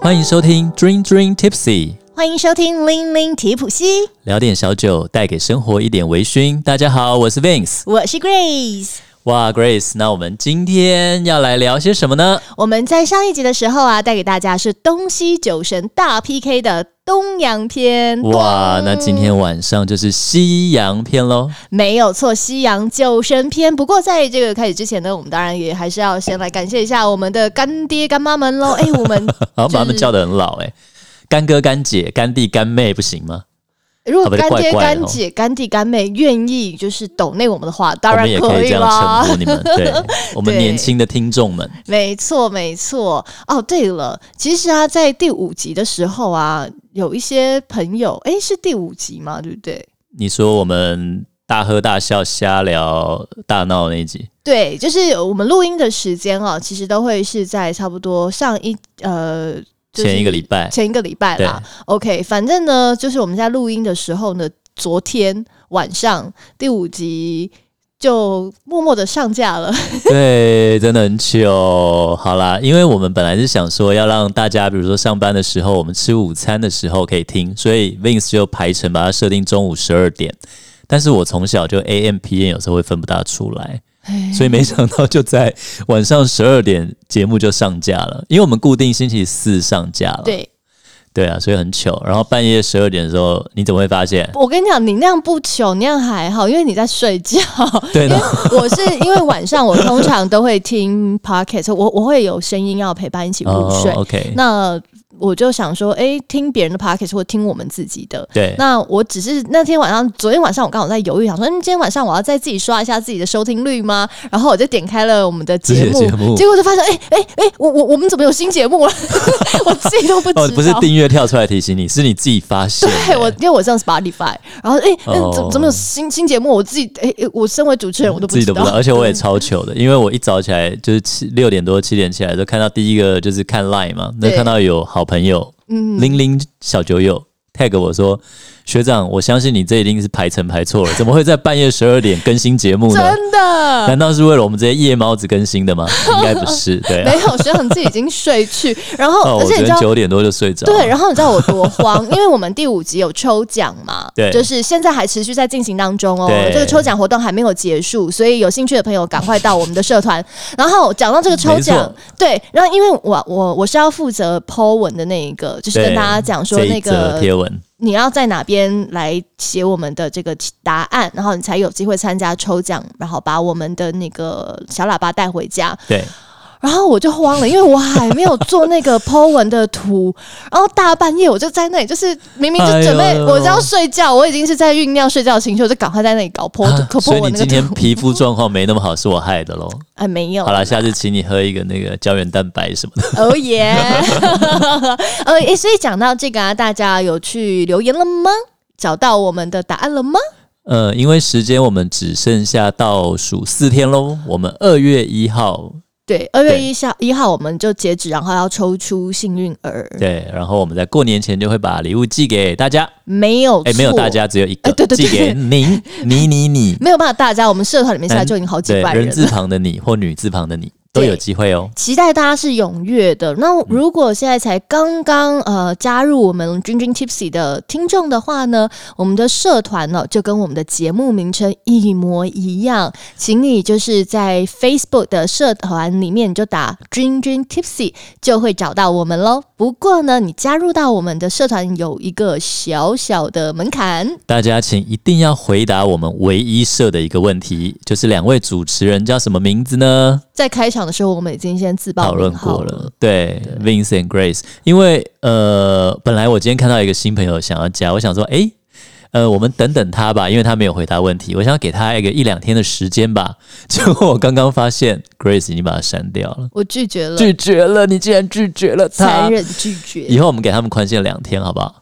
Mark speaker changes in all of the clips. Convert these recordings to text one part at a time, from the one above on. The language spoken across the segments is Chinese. Speaker 1: 欢迎收听 Dream Dream Tipsy，
Speaker 2: 欢迎收听《零零提普西》，
Speaker 1: 聊点小酒，带给生活一点微醺。大家好，我是 Vince。
Speaker 2: 我是 Grace。
Speaker 1: 哇，Grace，那我们今天要来聊些什么呢？
Speaker 2: 我们在上一集的时候啊，带给大家是东西酒神大 PK 的东洋篇。
Speaker 1: 哇，
Speaker 2: 咚
Speaker 1: 那今天晚上就是西洋篇喽。
Speaker 2: 没有错，西洋酒神篇。不过在这个开始之前呢，我们当然也还是要先来感谢一下我们的干爹干妈 们喽。哎，我们
Speaker 1: 好，哦把他
Speaker 2: 就
Speaker 1: 们
Speaker 2: 是
Speaker 1: 叫得很老哎、干哥、干姐、干弟、干妹不行吗？
Speaker 2: 如果
Speaker 1: 好吧
Speaker 2: 干
Speaker 1: 怪
Speaker 2: 爹、
Speaker 1: 怪的
Speaker 2: 干
Speaker 1: 哦
Speaker 2: 姐、干弟、干妹愿意就是抖内我们的话，当
Speaker 1: 我
Speaker 2: 然
Speaker 1: 们也可
Speaker 2: 啊可
Speaker 1: 以这样
Speaker 2: 啦
Speaker 1: 称。呼你 们，对我们
Speaker 2: 对
Speaker 1: 年轻的听众们。
Speaker 2: 没错，没错。哦，对了，其实啊，在第五集的时候啊，有一些朋友，诶，是第五集嘛，对不对？
Speaker 1: 你说我们大喝大笑、瞎聊大闹那一集，
Speaker 2: 对，就是我们录音的时间啊，其实都会是在差不多上一呃、就是
Speaker 1: 前一个礼拜，
Speaker 2: 前一个礼拜
Speaker 1: 对
Speaker 2: 啦。OK，反正呢，就是我们在录音的时候呢，昨天晚上第五集就默默的上架了。
Speaker 1: 对，真的很糗。好啦，因为我们本来是想说要让大家，比如说上班的时候，我们吃午餐的时候可以听，所以 Vince 就排程把它设定中午十二点。但是我从小就 AM PM 有时候会分不大出来，
Speaker 2: 嗯
Speaker 1: 所以没想到就在晚上十二点节目就上架了，因为我们固定星期四上架了。
Speaker 2: 对，
Speaker 1: 对啊，所以很糗。然后半夜十二点的时候，你怎么会发现？
Speaker 2: 我跟你讲，你那样不糗，那样还好，因为你在睡觉。
Speaker 1: 对啊
Speaker 2: 因
Speaker 1: 呢
Speaker 2: 为，我是因为晚上我通常都会听 podcast，我我会有声音要陪伴一起入睡。
Speaker 1: 哦，OK，
Speaker 2: 那我就想说，诶，听别人的 podcast 或听我们自己的。
Speaker 1: 对，
Speaker 2: 那我只是那天晚上，昨天晚上我刚好在犹豫，想说，嗯，今天晚上我要再自己刷一下自己的收听率吗？然后我就点开了我们的节目，
Speaker 1: 自己的节目
Speaker 2: 结果就发现，诶诶诶，我我我们怎么有新节目了？ 我自己都不知道。
Speaker 1: 哦，不是订阅跳出来提醒你，是你自己发 现的、
Speaker 2: 对我，因为我上 Spotify，然后诶，那、
Speaker 1: 哦
Speaker 2: 怎怎么有新新节目？我自己诶、诶我身为主持人，我都不
Speaker 1: 自己
Speaker 2: 知
Speaker 1: 都不
Speaker 2: 道
Speaker 1: 知道，。而且我也超糗的，因为我一早起来就是七六点多七点起来，就看到第一个就是看 Line 嘛，那
Speaker 2: 对
Speaker 1: 看到有好朋友，嗯，零零小酒友 tag 我说，学长，我相信你这一定是排程排错了，怎么会在半夜十二点更新节目呢？
Speaker 2: 真的，
Speaker 1: 难道是为了我们这些夜猫子更新 的吗？应该不是，对、啊
Speaker 2: 没。有，学长自己已经 睡去，然后、
Speaker 1: 哦，
Speaker 2: 而
Speaker 1: 我昨
Speaker 2: 且你知
Speaker 1: 天
Speaker 2: 道。
Speaker 1: 九点多就睡着了。
Speaker 2: 对，然后你知道我多慌，因为我们第五集有抽奖嘛，
Speaker 1: 对
Speaker 2: 就是现在还持续在进行当中哦
Speaker 1: 对，
Speaker 2: 这个抽奖活动还没有结束，所以有兴趣的朋友赶快到我们的社团。然后讲到这个抽
Speaker 1: 没
Speaker 2: 奖
Speaker 1: 错，
Speaker 2: 对，然后因为我我我是要负责 Po 文的那一个，就是
Speaker 1: 对
Speaker 2: 跟大家讲说
Speaker 1: 这一
Speaker 2: 那
Speaker 1: 则
Speaker 2: 个
Speaker 1: 贴文，
Speaker 2: 你要在哪边来写我们的这个答案，然后你才有机会参加抽奖，然后把我们的那个小喇叭带回家。
Speaker 1: 对，
Speaker 2: 然后我就慌了，因为我还没有做那个 Po 文的图，然后大半夜我就在那里，就是明明就准
Speaker 1: 哎
Speaker 2: 备
Speaker 1: 呦
Speaker 2: 我就要睡觉，我已经是在酝酿睡觉的情绪，我就赶快在那里搞 Po 可 Po
Speaker 1: 啊所以
Speaker 2: 文
Speaker 1: 你
Speaker 2: 那个
Speaker 1: 今天
Speaker 2: 图。
Speaker 1: 皮肤状况没那么好，是我害的喽。
Speaker 2: 哎，没有
Speaker 1: 好，了，下次请你喝一个那个胶原蛋白什么的。
Speaker 2: 哦耶！ 呃，哎所以讲到这个啊，大家有去留言了吗？找到我们的答案了吗？
Speaker 1: 呃，因为时间我们只剩下倒数四天喽，我们二月一号
Speaker 2: 对，二月
Speaker 1: 对
Speaker 2: 一号一号我们就截止，然后要抽出幸运儿，
Speaker 1: 对，然后我们在过年前就会把礼物寄给大家。
Speaker 2: 没有，
Speaker 1: 哎，没有大，家，只有一个，
Speaker 2: 哎对对对
Speaker 1: 寄给您，你你你，
Speaker 2: 没有办法，大 家我们社团里面现在就已经好几
Speaker 1: 嗯对，
Speaker 2: 百
Speaker 1: 人
Speaker 2: 人
Speaker 1: 字旁的你或女字旁的你都
Speaker 2: 对
Speaker 1: 有机会哦。
Speaker 2: 期待大家是踊跃的。那
Speaker 1: 嗯
Speaker 2: 如果现在才刚刚呃加入我们君君 Tipsy 的听众的话呢，我们的社团呢、就跟我们的节目名称一模一样，请你就是在 Facebook 的社团里面你就打君君 Tipsy 就会找到我们喽。不过呢，你加入到我们的社团有一个小小的门槛，
Speaker 1: 大家请一定要回答我们唯一设的一个问题，就是两位主持人叫什么名字呢？
Speaker 2: 在开场的时候我们已经先自报
Speaker 1: 讨论
Speaker 2: 名号
Speaker 1: 过了，。对 Vincent Grace，因为呃，本来我今天看到一个新朋友想要加，我想说，诶，呃，我们等等他吧，因为他没有回答问题，我想要给他一个一两天的时间吧。 结果我刚刚发现 Grace 已经把他删掉了，
Speaker 2: 我拒绝了，
Speaker 1: 拒绝了，你竟然拒绝了他
Speaker 2: 残。忍拒绝。
Speaker 1: 以后我们给他们宽限两天，好不好？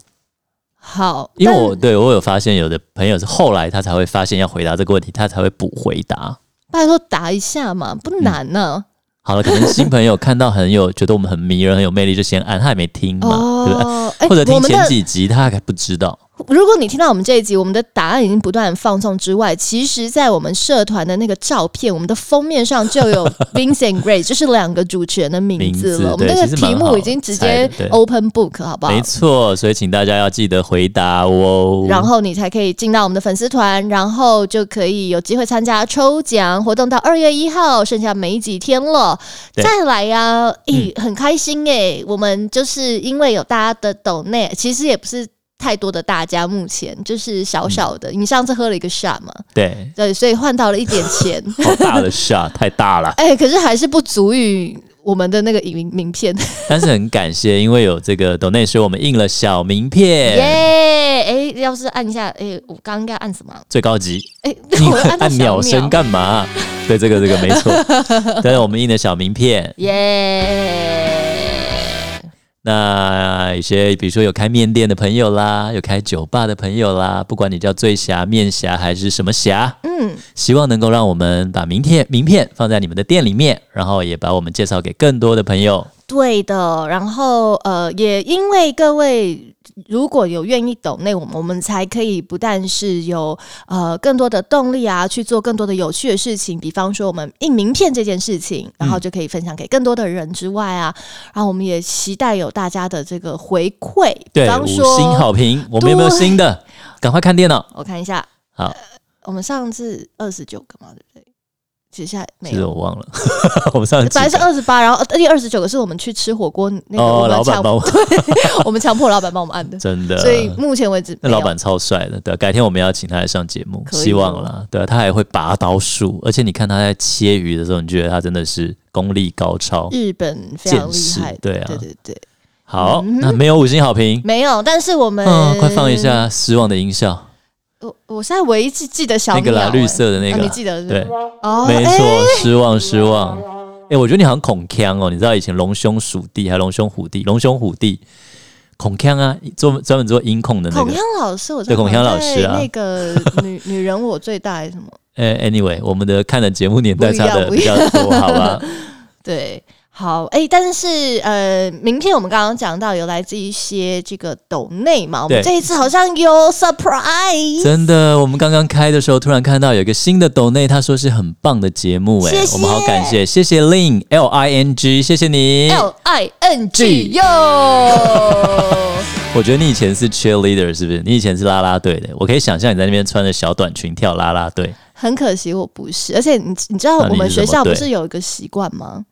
Speaker 2: 好，
Speaker 1: 因为
Speaker 2: 但
Speaker 1: 我对我有发现，有的朋友是后来他才会发现要回答这个问题，他才会补回答。
Speaker 2: 拜托打一下嘛，不
Speaker 1: 嗯
Speaker 2: 难呢、
Speaker 1: 好了，可能新朋友看到很有，觉得我嗯们很迷人、很有魅力，就先按，他还没听嘛，对不对？
Speaker 2: 哦，哎
Speaker 1: 或者
Speaker 2: 我
Speaker 1: 听
Speaker 2: 们
Speaker 1: 前
Speaker 2: 的
Speaker 1: 几集，他还不知道。
Speaker 2: 如果你听到我们这一集，我们的答案已经不断放送之外，其实，在我们社团的那个照片，我们的封面上就 有 Vincent Gray，就是两个主持人的名
Speaker 1: 名
Speaker 2: 字了。
Speaker 1: 字
Speaker 2: 我们那
Speaker 1: 对
Speaker 2: 个
Speaker 1: 其实蛮
Speaker 2: 题
Speaker 1: 好
Speaker 2: 目已经直
Speaker 1: 猜
Speaker 2: 接
Speaker 1: 的对
Speaker 2: open book，好不好
Speaker 1: 没？错，所以请大家要记得回答哦。
Speaker 2: 然后你才可以进到我们的粉丝团，然后就可以有机会参加抽奖活动。到二月一号，剩下没几天了，
Speaker 1: 对
Speaker 2: 再来呀、咦、很开心诶、我们就是因为有大家的抖内，其实也不是太多的，大家目前就是小小的。你上次喝了一个 shot 嘛，
Speaker 1: 对，
Speaker 2: 对，所以换到了一 点钱，
Speaker 1: 好大 的事啊，太大了。
Speaker 2: 哎、可是还是不足以我们的那个名名 片。
Speaker 1: 但是很感谢，因为有这个 donate，所以我们印了小名片
Speaker 2: 耶！哎、要是按一下，哎、我刚刚应该按什么？
Speaker 1: 最高级。
Speaker 2: 哎、
Speaker 1: 你
Speaker 2: 我要按到
Speaker 1: 按
Speaker 2: 小
Speaker 1: 秒
Speaker 2: 秒
Speaker 1: 声。干嘛？对，这个这个没 错。但是我们印的小名片，
Speaker 2: 耶！
Speaker 1: 那有些比如说有开面店的朋友啦，有开酒吧的朋友啦，不管你叫醉侠、面侠还是什么侠，
Speaker 2: 嗯，
Speaker 1: 希望能够让我们把名片名片放在你们的店里面，然后也把我们介绍给更多的朋友。
Speaker 2: 对的。然后呃，也因为各位如果有愿意懂内，我们我们才可以不但是有呃更多的动力啊，去做更多的有趣的事情，比方说我们印名片这件事情，然后就可以分享给更多的人之外啊，然后我们也期待有大家的这个回馈，比
Speaker 1: 对，
Speaker 2: 方
Speaker 1: 五
Speaker 2: 说
Speaker 1: 星好评，我们有没有
Speaker 2: 对
Speaker 1: 新的？赶快看电脑。
Speaker 2: 我看一下，呃
Speaker 1: 好，
Speaker 2: 我们上次二十九个嘛，对不对？其实现在没
Speaker 1: 其实
Speaker 2: 有
Speaker 1: 我。忘了， 我们上次
Speaker 2: 本来是二十八，然后第二十九个是我们去吃火锅那个
Speaker 1: 哦，
Speaker 2: 我
Speaker 1: 老
Speaker 2: 们
Speaker 1: 板
Speaker 2: 强
Speaker 1: 帮 我，
Speaker 2: 我们强迫老板帮我们按的，
Speaker 1: 真的，
Speaker 2: 所以目前为止
Speaker 1: 那
Speaker 2: 没有
Speaker 1: 老板超帅的，对啊，改天我们要请他来上节目，
Speaker 2: 可以哦
Speaker 1: 希望啦，对啊，他还会拔刀术，而且你看他在切鱼的时候，你觉得他真的是功力高超。
Speaker 2: 日本非常厉
Speaker 1: 见
Speaker 2: 害
Speaker 1: 识，对啊
Speaker 2: 对对对，
Speaker 1: 好，
Speaker 2: 嗯
Speaker 1: 那没有五星好评，
Speaker 2: 没有，但是我们
Speaker 1: 嗯，快放一，下失望的音效，
Speaker 2: 我我现在唯一记记得小
Speaker 1: 那个
Speaker 2: 鸟
Speaker 1: 啦，
Speaker 2: 欸
Speaker 1: 绿色的那个
Speaker 2: 啊你
Speaker 1: 啦，
Speaker 2: 记得是不是
Speaker 1: 对，
Speaker 2: 哦，
Speaker 1: 没
Speaker 2: 哎
Speaker 1: 错，失望失望。哎，我觉得你好像孔锵哦，你知道以前龙兄鼠弟还龙兄虎弟，龙兄虎弟孔锵啊，做专门做音控的那
Speaker 2: 孔
Speaker 1: 个
Speaker 2: 锵。老师，我
Speaker 1: 对孔锵老师啊
Speaker 2: 在那个女 女人我最大还是什么？
Speaker 1: 哎，anyway，我们的看的节目年代
Speaker 2: 不一样
Speaker 1: 差的
Speaker 2: 不
Speaker 1: 比
Speaker 2: 一
Speaker 1: 较多，好 吧？
Speaker 2: 对，好，哎、但是呃，明天我们刚刚讲到有来自一些这个抖内嘛，我们
Speaker 1: 对
Speaker 2: 这一次好像有 surprise，
Speaker 1: 真的，我们刚刚开的时候，突然看到有一个新的抖内，他说是很棒的节目，哎
Speaker 2: 谢，谢
Speaker 1: 我们好感谢，谢谢 Lin L I N G，谢谢你。
Speaker 2: L I N G 哟。
Speaker 1: 我觉得你以前是 cheerleader 是不是？你以前是啦啦队的，我可以想象你在那边穿着小短裙跳啦啦队。
Speaker 2: 很可惜我不是，而且你你知道
Speaker 1: 那你
Speaker 2: 我们
Speaker 1: 是什么
Speaker 2: 学校不
Speaker 1: 队
Speaker 2: 是有一个习惯吗？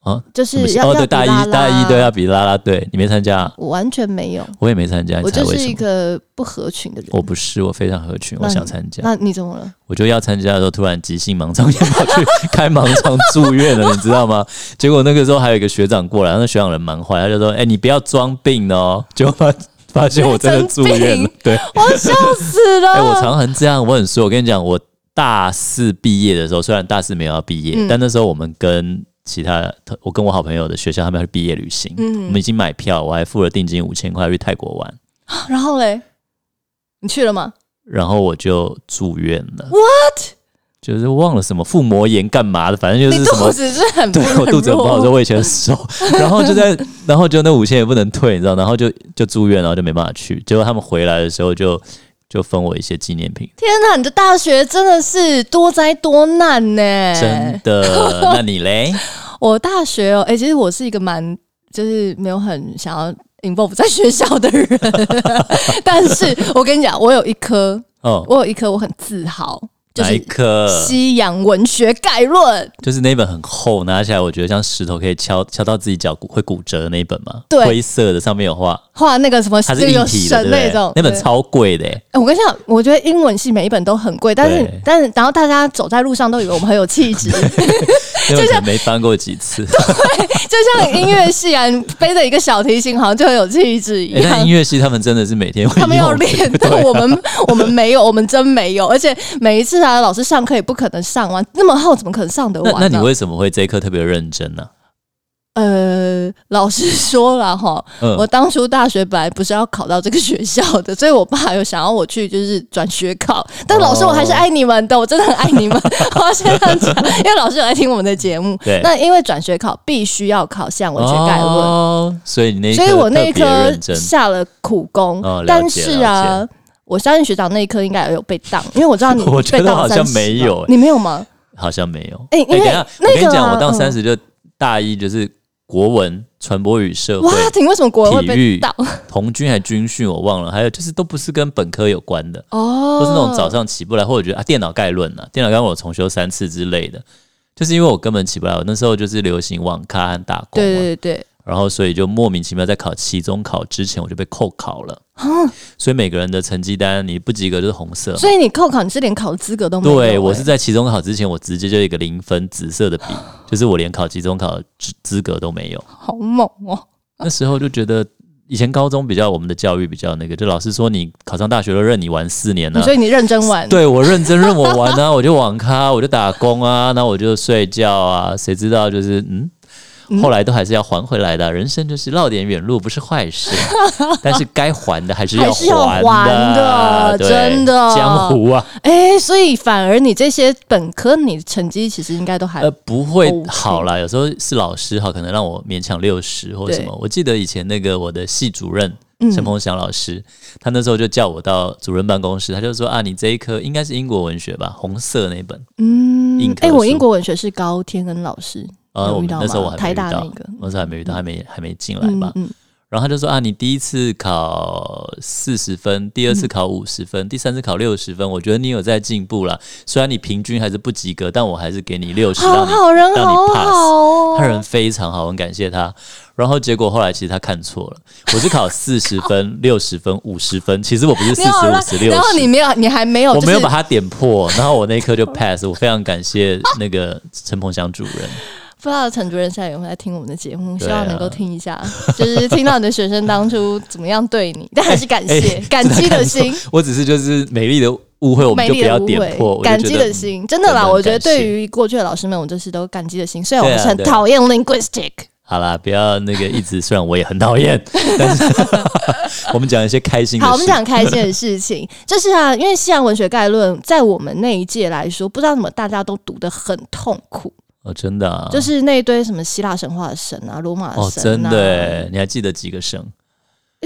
Speaker 1: 啊，
Speaker 2: 就是
Speaker 1: 什么
Speaker 2: 要、
Speaker 1: 哦，
Speaker 2: 要
Speaker 1: 对，
Speaker 2: 比
Speaker 1: 大
Speaker 2: 拉
Speaker 1: 一大一
Speaker 2: 拉
Speaker 1: 都要比啦啦队，你没参加，
Speaker 2: 我完全没有，
Speaker 1: 我也没参加，你
Speaker 2: 我
Speaker 1: 猜
Speaker 2: 就
Speaker 1: 为
Speaker 2: 是
Speaker 1: 什
Speaker 2: 一
Speaker 1: 么？
Speaker 2: 个不合群的人。
Speaker 1: 我不是，我非常合群，我
Speaker 2: 那你
Speaker 1: 想参加，
Speaker 2: 那你怎么了？
Speaker 1: 我就要参加的时候，突然急性盲肠炎跑去 开盲肠住院了，你知道吗？结果那个时候还有一个学长过来，那学长人蛮坏，他就说：“哎、你不要装病哦。”结果发发现我真的住院了
Speaker 2: 装，
Speaker 1: 对，
Speaker 2: 我笑死了！
Speaker 1: 哎、我常常这样，我很衰。我跟你讲，我大四毕业的时候，虽然大四没有要毕业，
Speaker 2: 嗯
Speaker 1: 但那时候我们跟其他我跟我好朋友的学校，他们要去毕业旅行，
Speaker 2: 嗯
Speaker 1: 我们已经买票，我还付了定金五千块去泰国玩，
Speaker 2: 然后嘞，你去了吗？
Speaker 1: 然后我就住院了。
Speaker 2: What？
Speaker 1: 就是忘了什么腹膜炎干嘛的，反正就是
Speaker 2: 你
Speaker 1: 什
Speaker 2: 肚
Speaker 1: 么。
Speaker 2: 子是很
Speaker 1: 对我肚子很不好，
Speaker 2: 弱
Speaker 1: 说我以前很瘦， 然后就在，然后就那五千也不能退，你知道，然后就就住院，然后就没办法去。结果他们回来的时候就就分我一些纪念品，
Speaker 2: 天哪，你的大学真的是多灾多难呢！
Speaker 1: 真 的。那你嘞？
Speaker 2: 我大学哦，哎、其实我是一个蛮就是没有很想要 involve 在学校的人， 但是我跟你讲，我有一科，
Speaker 1: 哦，
Speaker 2: 我有一科我很自豪，就
Speaker 1: 哪一
Speaker 2: 是
Speaker 1: 科？
Speaker 2: 西洋文学概论。
Speaker 1: 就是那本很厚，拿起来我觉得像石头，可以敲敲到自己脚骨会骨折的那一本吗？
Speaker 2: 对
Speaker 1: 灰色的，上面有画，
Speaker 2: 画那个什么
Speaker 1: 它是
Speaker 2: 有
Speaker 1: 硬体的，对
Speaker 2: 神
Speaker 1: 不
Speaker 2: 那
Speaker 1: 对
Speaker 2: 种？，
Speaker 1: 那本
Speaker 2: 对
Speaker 1: 超贵的、欸，
Speaker 2: 哎我跟你讲，我觉得英文系每一本都很贵，但是
Speaker 1: 对
Speaker 2: 但是，然后大家走在路上都以为我们很有气 质，
Speaker 1: 那本可能没翻过几次。
Speaker 2: 就像音乐系啊，你背着一个小提琴好像就很有气质一
Speaker 1: 欸、
Speaker 2: 样。
Speaker 1: 但音乐系他们真的是每天会
Speaker 2: 他们要
Speaker 1: 用 的啊
Speaker 2: 练，但我们我们没有，我们真没有。而且每一次啊，老师上课也不可能上完，那么厚怎么可能上得完
Speaker 1: 那
Speaker 2: 呢、
Speaker 1: 那你为什么会这一课特别认真呢、
Speaker 2: 呃，老实说了哈，
Speaker 1: 嗯
Speaker 2: 我当初大学本来不是要考到这个学校的，所以我爸有想要我去就是转学考，但老师
Speaker 1: 哦
Speaker 2: 我还是爱你们的，我真的很爱 你们，我要先这样讲，因为老师有在听我们的节目
Speaker 1: 对。
Speaker 2: 那因为转学考必须要考像文学概论，
Speaker 1: 哦，所以你那一
Speaker 2: 所以
Speaker 1: 科
Speaker 2: 我那
Speaker 1: 特
Speaker 2: 一
Speaker 1: 别
Speaker 2: 科
Speaker 1: 认真
Speaker 2: 下了苦功，
Speaker 1: 哦了解
Speaker 2: 但是
Speaker 1: 了
Speaker 2: 啊。我相信学长那一科应该也有被当，因为我知道你
Speaker 1: 我觉得
Speaker 2: 被当
Speaker 1: 好像
Speaker 2: 30
Speaker 1: 没有
Speaker 2: 吧
Speaker 1: 欸
Speaker 2: 你没有吗？
Speaker 1: 好像没有。
Speaker 2: 哎因为
Speaker 1: 等一下，
Speaker 2: 那个
Speaker 1: 我跟你讲，
Speaker 2: 啊
Speaker 1: 我当
Speaker 2: 嗯
Speaker 1: 三十就大一就是国文、传播与社会
Speaker 2: 哇，、挺为什么国文会
Speaker 1: 体育
Speaker 2: 被当？
Speaker 1: 童军还军训，我忘了，还有就是都不是跟本科有关的，
Speaker 2: 哦，
Speaker 1: 都是那种早上起 不来，或者觉得啊电脑概论啊，电脑概论我重修三次之类的。就是因为我根本起不来，我那时候就是流行网咖和打工嘛，
Speaker 2: 哦对对对对，
Speaker 1: 然后所以就莫名其妙在考期中考之前我就被扣考了，所以每个人的成绩单你不及格就是红色嘛，
Speaker 2: 所以你扣考，你啊是连考的资格都没有
Speaker 1: 嗯
Speaker 2: 欸、
Speaker 1: 对，我是在期中考之前，我直接就一个零分紫色 的笔，就是我连考期中考的资资格都没有。
Speaker 2: 好猛哦！
Speaker 1: 那时候就觉得，以前高中比较我们的教育比较那个，就老师说你考上大学都任你玩四年呢、啊
Speaker 2: 所以你认真玩，
Speaker 1: 对我认真任我玩 啊，我就网咖，我就打工啊，那我就睡觉啊，谁知道就是嗯。后来都还是要还回来的，啊人生就是绕点远路不是坏事，啊 但是该还的还是要
Speaker 2: 还是要
Speaker 1: 还
Speaker 2: 还的
Speaker 1: 对
Speaker 2: 真的
Speaker 1: 江湖啊，
Speaker 2: 哎、所以反而你这些本科你成绩其实应该都还、哦
Speaker 1: 呃，不会
Speaker 2: OK
Speaker 1: 好啦，有时候是老师哈，可能让我勉强六十或什么。我记得以前那个我的系主任
Speaker 2: 嗯
Speaker 1: 陈鹏翔老师，他那时候就叫我到主任办公室，他就说啊，你这一科应该是英国文学吧，红色那本。
Speaker 2: 嗯
Speaker 1: 硬，
Speaker 2: 哎、
Speaker 1: 科数
Speaker 2: 我英国文学是高天恩老师，
Speaker 1: 啊，
Speaker 2: 有
Speaker 1: 我
Speaker 2: 遇
Speaker 1: 们
Speaker 2: 到
Speaker 1: 那时候我
Speaker 2: 吗
Speaker 1: 还没
Speaker 2: 台
Speaker 1: 遇
Speaker 2: 大
Speaker 1: 到
Speaker 2: 那个，
Speaker 1: 那时候还没遇到，还没还没进来
Speaker 2: 嗯
Speaker 1: 吧。
Speaker 2: 嗯，
Speaker 1: 然后他就说啊，你第一次考四十分，第二
Speaker 2: 嗯
Speaker 1: 次考五十分，第三次考六十分，我觉得你有在进步啦。虽然你平均还是不及格，但我还是给你六十，
Speaker 2: 好
Speaker 1: 让你
Speaker 2: 好人
Speaker 1: 让
Speaker 2: 好
Speaker 1: 你 pass
Speaker 2: 好哦，
Speaker 1: 他人非常好，很感谢他。然后结果后来其实他看错了，我是考四十分、六十分、五十分，其实我不是四
Speaker 2: 你
Speaker 1: 十、
Speaker 2: 好
Speaker 1: 五
Speaker 2: 啦
Speaker 1: 十、六
Speaker 2: 啊然后你
Speaker 1: 十，
Speaker 2: 没有，你还没有，
Speaker 1: 我没有把
Speaker 2: 就是、
Speaker 1: 它点破。然后我那一刻就 pass，我非常感谢那个陈鹏翔主任。
Speaker 2: 不知道陈主任现在有没有在听我们的节目，希
Speaker 1: 对啊
Speaker 2: 望能够听一下， 就是听到你的学生当初怎么样对你，但 还是感谢、
Speaker 1: 哎
Speaker 2: 感激的心。
Speaker 1: 我只是就是美丽的误会，我们
Speaker 2: 美
Speaker 1: 就不
Speaker 2: 丽的
Speaker 1: 要
Speaker 2: 误
Speaker 1: 点
Speaker 2: 会，
Speaker 1: 破。我就
Speaker 2: 感
Speaker 1: 觉
Speaker 2: 激
Speaker 1: 得
Speaker 2: 的，心，真
Speaker 1: 真
Speaker 2: 的
Speaker 1: 的
Speaker 2: 啦！
Speaker 1: 很
Speaker 2: 我觉得
Speaker 1: 感谢
Speaker 2: 对于过去的老师们，我们就是都感激的心。虽然
Speaker 1: 对
Speaker 2: 我
Speaker 1: 啊
Speaker 2: 们是很
Speaker 1: 对啊
Speaker 2: 讨厌 linguistic，
Speaker 1: 好啦，不要那个一直， 虽然我也很讨厌，但 是我们讲一些开心的事。
Speaker 2: 好，我们讲开心的事情， 就是啊，因为西洋文学概论在我们那一届来说，不知道怎么大家都读得很痛苦，
Speaker 1: 哦，真的、啊，
Speaker 2: 就是那一堆什么希腊神话的神啊、罗马
Speaker 1: 哦，真
Speaker 2: 神啊，
Speaker 1: 的耶，你还记得几个省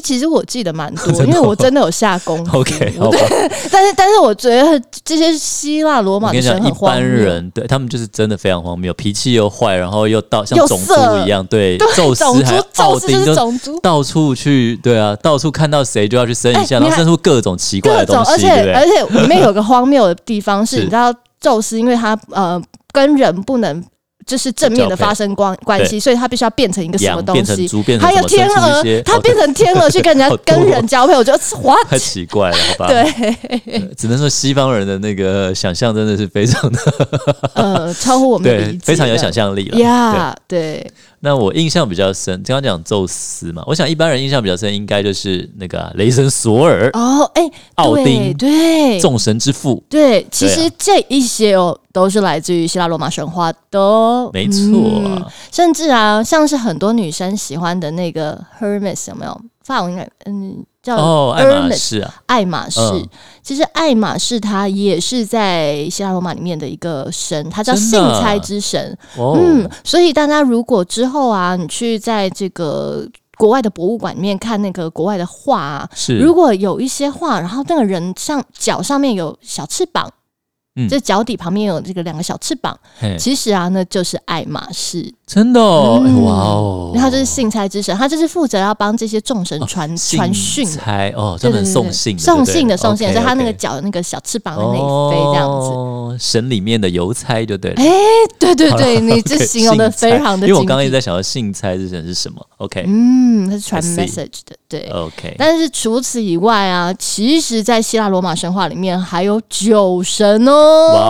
Speaker 2: 其实我记得蛮 多
Speaker 1: 真的，哦
Speaker 2: 因为我真的有下功夫。
Speaker 1: ？OK，好吧。
Speaker 2: 但是但是我觉得这些希腊、罗
Speaker 1: 我
Speaker 2: 马
Speaker 1: 跟
Speaker 2: 的
Speaker 1: 你讲
Speaker 2: 神，
Speaker 1: 一
Speaker 2: 很荒
Speaker 1: 般
Speaker 2: 谬。
Speaker 1: 人对他们就是真的非常荒谬，脾气又坏，然后又到像
Speaker 2: 又
Speaker 1: 种族
Speaker 2: 色
Speaker 1: 一样，对
Speaker 2: 对，
Speaker 1: 宙斯
Speaker 2: 种
Speaker 1: 还
Speaker 2: 族，宙
Speaker 1: 奥
Speaker 2: 斯就
Speaker 1: 丁
Speaker 2: 是
Speaker 1: 都
Speaker 2: 种族。
Speaker 1: 到处去，对啊，到处看到谁就要去生一下，
Speaker 2: 哎
Speaker 1: 然
Speaker 2: 你
Speaker 1: 后
Speaker 2: 还
Speaker 1: 生出各种奇怪
Speaker 2: 各
Speaker 1: 的
Speaker 2: 种
Speaker 1: 东，
Speaker 2: 而
Speaker 1: 西，
Speaker 2: 且
Speaker 1: 对不对
Speaker 2: 而？且里面有个荒谬的地方是，
Speaker 1: 是
Speaker 2: 你知道宙斯，因为他呃跟人不能就是正面的发生关关系，所以他必须要变成一个什么
Speaker 1: 羊
Speaker 2: 东
Speaker 1: 变成
Speaker 2: 西。
Speaker 1: 猪，变成
Speaker 2: 还
Speaker 1: 什
Speaker 2: 有
Speaker 1: 么，
Speaker 2: 天
Speaker 1: 生出一
Speaker 2: 鹅
Speaker 1: 些，，
Speaker 2: 他
Speaker 1: 哦
Speaker 2: 变成天 鹅去跟人
Speaker 1: 好
Speaker 2: 家
Speaker 1: 多哦
Speaker 2: 跟人交配，我觉得是 what？
Speaker 1: 太奇怪了，好吧？
Speaker 2: 对，
Speaker 1: 对， 只能说西方人的那个想象真的是非常的
Speaker 2: 呃，超乎我们 的理
Speaker 1: 对，
Speaker 2: 解，
Speaker 1: 非常有想。象力了。
Speaker 2: 呀，对，
Speaker 1: 那我印象比较深，刚刚讲宙斯嘛，我想一般人印象比较深应该就是那个啊雷神索尔，
Speaker 2: 哦，哎，
Speaker 1: 奥
Speaker 2: 对
Speaker 1: 丁
Speaker 2: 对
Speaker 1: 众神之父，
Speaker 2: 对，其实
Speaker 1: 啊
Speaker 2: 这一些哦，都是来自于希腊罗马神话的哦，
Speaker 1: 没错
Speaker 2: 嗯
Speaker 1: 啊。
Speaker 2: 甚至啊，像是很多女生喜欢的那个 Hermes 有没有？法文应该嗯叫
Speaker 1: 哦，爱马
Speaker 2: Hermes
Speaker 1: 仕啊，
Speaker 2: 爱马仕。
Speaker 1: 嗯
Speaker 2: 其实爱马仕它也是在希腊罗马里面的一个神，它叫
Speaker 1: 真
Speaker 2: 信
Speaker 1: 的啊
Speaker 2: 差之神。
Speaker 1: 哦，
Speaker 2: 嗯，所以大家如果之后啊，你去在这个国外的博物馆里面看那个国外的画啊。
Speaker 1: 是，
Speaker 2: 如果有一些画，然后那个人上脚上面有小翅膀，
Speaker 1: 嗯
Speaker 2: 这脚底旁边有这个两个小翅膀，
Speaker 1: 嘿
Speaker 2: 其实啊，那就是爱马仕。
Speaker 1: 真的哦，哎
Speaker 2: 嗯
Speaker 1: 哇哦，
Speaker 2: 然后就是信差之神，他就是负责要帮这些众神传、
Speaker 1: 信
Speaker 2: 传讯的，
Speaker 1: 差哦，
Speaker 2: 对
Speaker 1: 专
Speaker 2: 对
Speaker 1: 门
Speaker 2: 对，
Speaker 1: 送信的，
Speaker 2: 送
Speaker 1: 对
Speaker 2: 信的送信的，所以他那个
Speaker 1: OK，OK
Speaker 2: 脚的那个小翅膀在那里飞这样子。
Speaker 1: 哦，神里面的邮差就对了。
Speaker 2: 哎对对对，你
Speaker 1: OK，
Speaker 2: 这形容的
Speaker 1: 信差
Speaker 2: 非常的
Speaker 1: 因为
Speaker 2: 精
Speaker 1: 我刚刚一直
Speaker 2: 辟。
Speaker 1: 在想到信差之神是什么，OK
Speaker 2: 嗯，他是传
Speaker 1: I see
Speaker 2: message 的，对。
Speaker 1: OK，
Speaker 2: 但是除此以外啊，其实，在希腊罗马神话里面还有酒神
Speaker 1: 哇，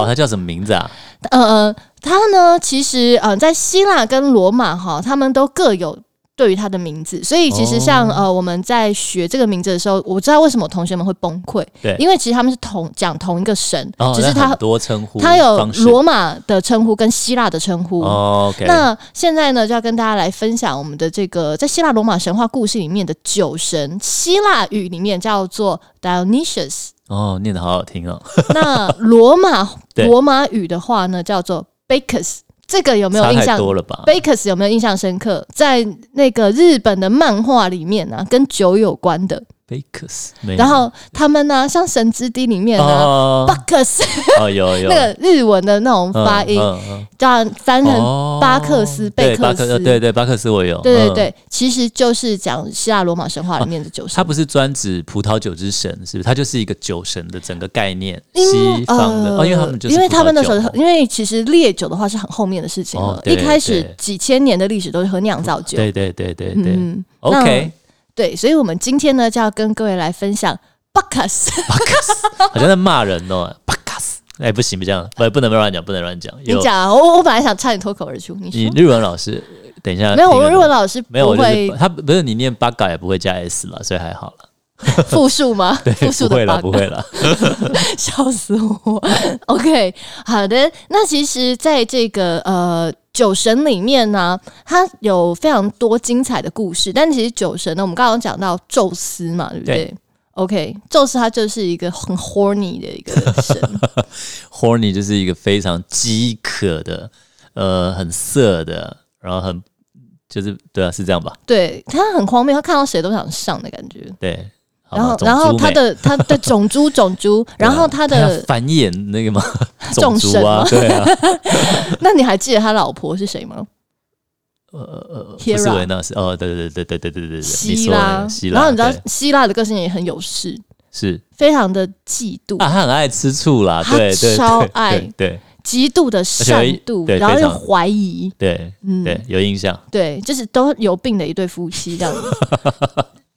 Speaker 2: 哦。
Speaker 1: 他叫什么名字啊？
Speaker 2: 呃呃，他呢，其实呃，在希腊跟罗马哈，他们都各有对于他的名字，所以其实像、
Speaker 1: 哦
Speaker 2: 呃我们在学这个名字的时候，我知道为什么同学们会崩溃，
Speaker 1: 对
Speaker 2: 因为其实他们是同讲同一个神，
Speaker 1: 哦，
Speaker 2: 只是
Speaker 1: 那
Speaker 2: 他
Speaker 1: 很多称呼
Speaker 2: 他有
Speaker 1: 方式，
Speaker 2: 罗马的称呼跟希腊的称呼。
Speaker 1: 哦，OK，
Speaker 2: 那现在呢，就要跟大家来分享我们的这个在希腊罗马神话故事里面的酒神，希腊语里面叫做 Dionysius。
Speaker 1: 哦，念的好好听哦，
Speaker 2: 那罗马
Speaker 1: 对
Speaker 2: 罗马语的话呢，叫做 Bacchus，这个有没有
Speaker 1: 差
Speaker 2: 印
Speaker 1: 太
Speaker 2: 象
Speaker 1: 多了吧？
Speaker 2: ？Bacchus 有没有印象深刻？在那个日本的漫画里面呢、啊，跟酒有关
Speaker 1: 嗯
Speaker 2: 的。
Speaker 1: Bakers，没有
Speaker 2: 然后他们呢、像《神之滴》里面呢、
Speaker 1: 哦
Speaker 2: b a c c u s
Speaker 1: 哦有有
Speaker 2: 那个日文的那种发音，
Speaker 1: 嗯嗯
Speaker 2: 叫翻
Speaker 1: 嗯
Speaker 2: 成
Speaker 1: 哦
Speaker 2: 巴克斯贝
Speaker 1: 对
Speaker 2: 克
Speaker 1: 巴克呃
Speaker 2: 斯
Speaker 1: 对对巴克斯我有，
Speaker 2: 对对
Speaker 1: 嗯
Speaker 2: 对，其实就是讲希腊罗马神话里面的酒神。
Speaker 1: 它不是专指葡萄酒之神，是不是？它就是一个酒神的整个概念，
Speaker 2: 因
Speaker 1: 西
Speaker 2: 为
Speaker 1: 方的、
Speaker 2: 呃，
Speaker 1: 哦，因为他们就是
Speaker 2: 因为他们那
Speaker 1: 葡
Speaker 2: 时
Speaker 1: 萄
Speaker 2: 候
Speaker 1: 酒，
Speaker 2: 因为其实烈酒的话是很后面的事情了，
Speaker 1: 哦对
Speaker 2: 一开始
Speaker 1: 对
Speaker 2: 几千年的历史都是喝酿造酒。
Speaker 1: 对对对对对、
Speaker 2: 嗯，那
Speaker 1: o k
Speaker 2: 对，所以我们今天呢就要跟各位来分享 Bacchus，
Speaker 1: 好像在骂人哦，巴卡斯，哎，不行，不这样，不不能乱讲，不能乱讲，
Speaker 2: 你
Speaker 1: 有
Speaker 2: 讲啊，我我本来想差点脱口而出，你
Speaker 1: 你
Speaker 2: 说
Speaker 1: 日文老师，等一下
Speaker 2: 没有？
Speaker 1: 听
Speaker 2: 我
Speaker 1: 得
Speaker 2: 日
Speaker 1: 懂
Speaker 2: 文老师不
Speaker 1: 没有，我就是
Speaker 2: 会
Speaker 1: 他不是你念八嘎也不会加 s 了，所以还好了，
Speaker 2: 复 述吗？复述
Speaker 1: 不会
Speaker 2: 的
Speaker 1: 了，
Speaker 2: 八
Speaker 1: 不会了，
Speaker 2: 笑死我。OK，好的，那其实在这个呃。酒神里面呢、它有非常多精彩的故事，但其实酒神呢，我们刚刚讲到宙斯嘛，对不对
Speaker 1: 对
Speaker 2: o k 宙斯他就是一个很 horny 的一个 神，
Speaker 1: horny 就是一个非常饥渴的，呃，很色的，然后很就是对啊，是这样吧？
Speaker 2: 对他很荒谬，他看到谁都想上的感觉。
Speaker 1: 对，好
Speaker 2: 然
Speaker 1: 吧
Speaker 2: 后，
Speaker 1: 种
Speaker 2: 然后
Speaker 1: 猪
Speaker 2: 他
Speaker 1: 妹啊
Speaker 2: 的他的种 猪种猪，然后他
Speaker 1: 要
Speaker 2: 的，
Speaker 1: 繁衍那个嘛种
Speaker 2: 众
Speaker 1: 族
Speaker 2: 神
Speaker 1: 啊
Speaker 2: 吗，
Speaker 1: 对啊，
Speaker 2: 那你还记得他老婆是谁吗？
Speaker 1: 呃呃呃，不
Speaker 2: Hera
Speaker 1: 是维纳斯哦，对对对对对对对对对，你
Speaker 2: 希
Speaker 1: 说
Speaker 2: 拉
Speaker 1: 的希，拉，
Speaker 2: 然后你知道
Speaker 1: 对
Speaker 2: 希腊的个性也很有势，
Speaker 1: 是
Speaker 2: 非常的嫉妒
Speaker 1: 啊，他很爱吃醋啦，
Speaker 2: 他
Speaker 1: 对对，
Speaker 2: 超
Speaker 1: 对对
Speaker 2: 爱
Speaker 1: 对
Speaker 2: 极度的善妒，
Speaker 1: 对
Speaker 2: 然后
Speaker 1: 非
Speaker 2: 又
Speaker 1: 常
Speaker 2: 怀疑，
Speaker 1: 对
Speaker 2: 嗯，
Speaker 1: 对，有印象，
Speaker 2: 对就是都有病的一对夫妻这 样子。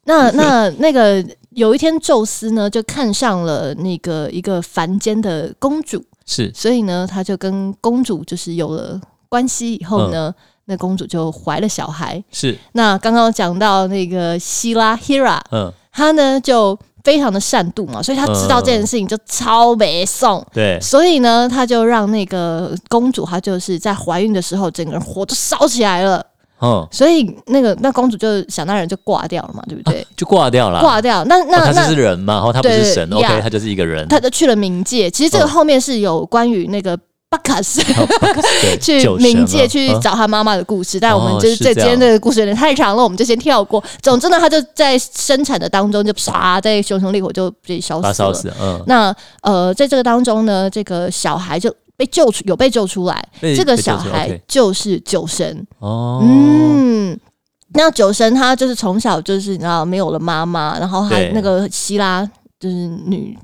Speaker 2: 那那那个有一天，宙斯呢就看上了那个一个凡间的公主，
Speaker 1: 是
Speaker 2: 所以呢，他就跟公主就是有了关系以后呢，
Speaker 1: 嗯
Speaker 2: 那公主就怀了小孩。
Speaker 1: 是，
Speaker 2: 那刚刚讲到那个希拉 Hera，
Speaker 1: 嗯，
Speaker 2: 她呢就非常的善妒嘛，所以她知道这件事情就超没送，
Speaker 1: 对，
Speaker 2: 所以呢，他就让那个公主，她就是在怀孕的时候，整个人火就烧起来了。
Speaker 1: 嗯，
Speaker 2: 所以那个那公主就想当然就挂掉了嘛，对不对？
Speaker 1: 就挂掉了，
Speaker 2: 挂掉。那那、
Speaker 1: 哦他就
Speaker 2: 那
Speaker 1: 是人嘛，然后他不
Speaker 2: 对
Speaker 1: 是
Speaker 2: 对
Speaker 1: 神
Speaker 2: 对
Speaker 1: ，OK，
Speaker 2: 呀
Speaker 1: 他就是一个人，
Speaker 2: 她就去了冥界。其实这个
Speaker 1: 嗯
Speaker 2: 后面是有关于那个巴卡斯。
Speaker 1: 哦不对
Speaker 2: 去
Speaker 1: 酒神
Speaker 2: 冥
Speaker 1: 啊
Speaker 2: 界去
Speaker 1: 嗯
Speaker 2: 找她妈妈的故事，但我们
Speaker 1: 哦
Speaker 2: 就是
Speaker 1: 是这
Speaker 2: 这今天
Speaker 1: 样
Speaker 2: 这个故事有点太长了，我们就先跳过。总之呢，她就在生产的当中就唰，在熊熊烈火就被烧
Speaker 1: 把他
Speaker 2: 死
Speaker 1: 烧
Speaker 2: 了。
Speaker 1: 死，嗯，
Speaker 2: 那呃，在这个当中呢，这个小孩就被救出，有被救出来。
Speaker 1: 被
Speaker 2: 这个
Speaker 1: 被救
Speaker 2: 小
Speaker 1: 出来
Speaker 2: 孩
Speaker 1: ，OK
Speaker 2: 就是酒神，
Speaker 1: 哦，
Speaker 2: 嗯。那酒神他就是从小就是你知道没有了妈妈，然后他
Speaker 1: 对
Speaker 2: 那个希拉就是女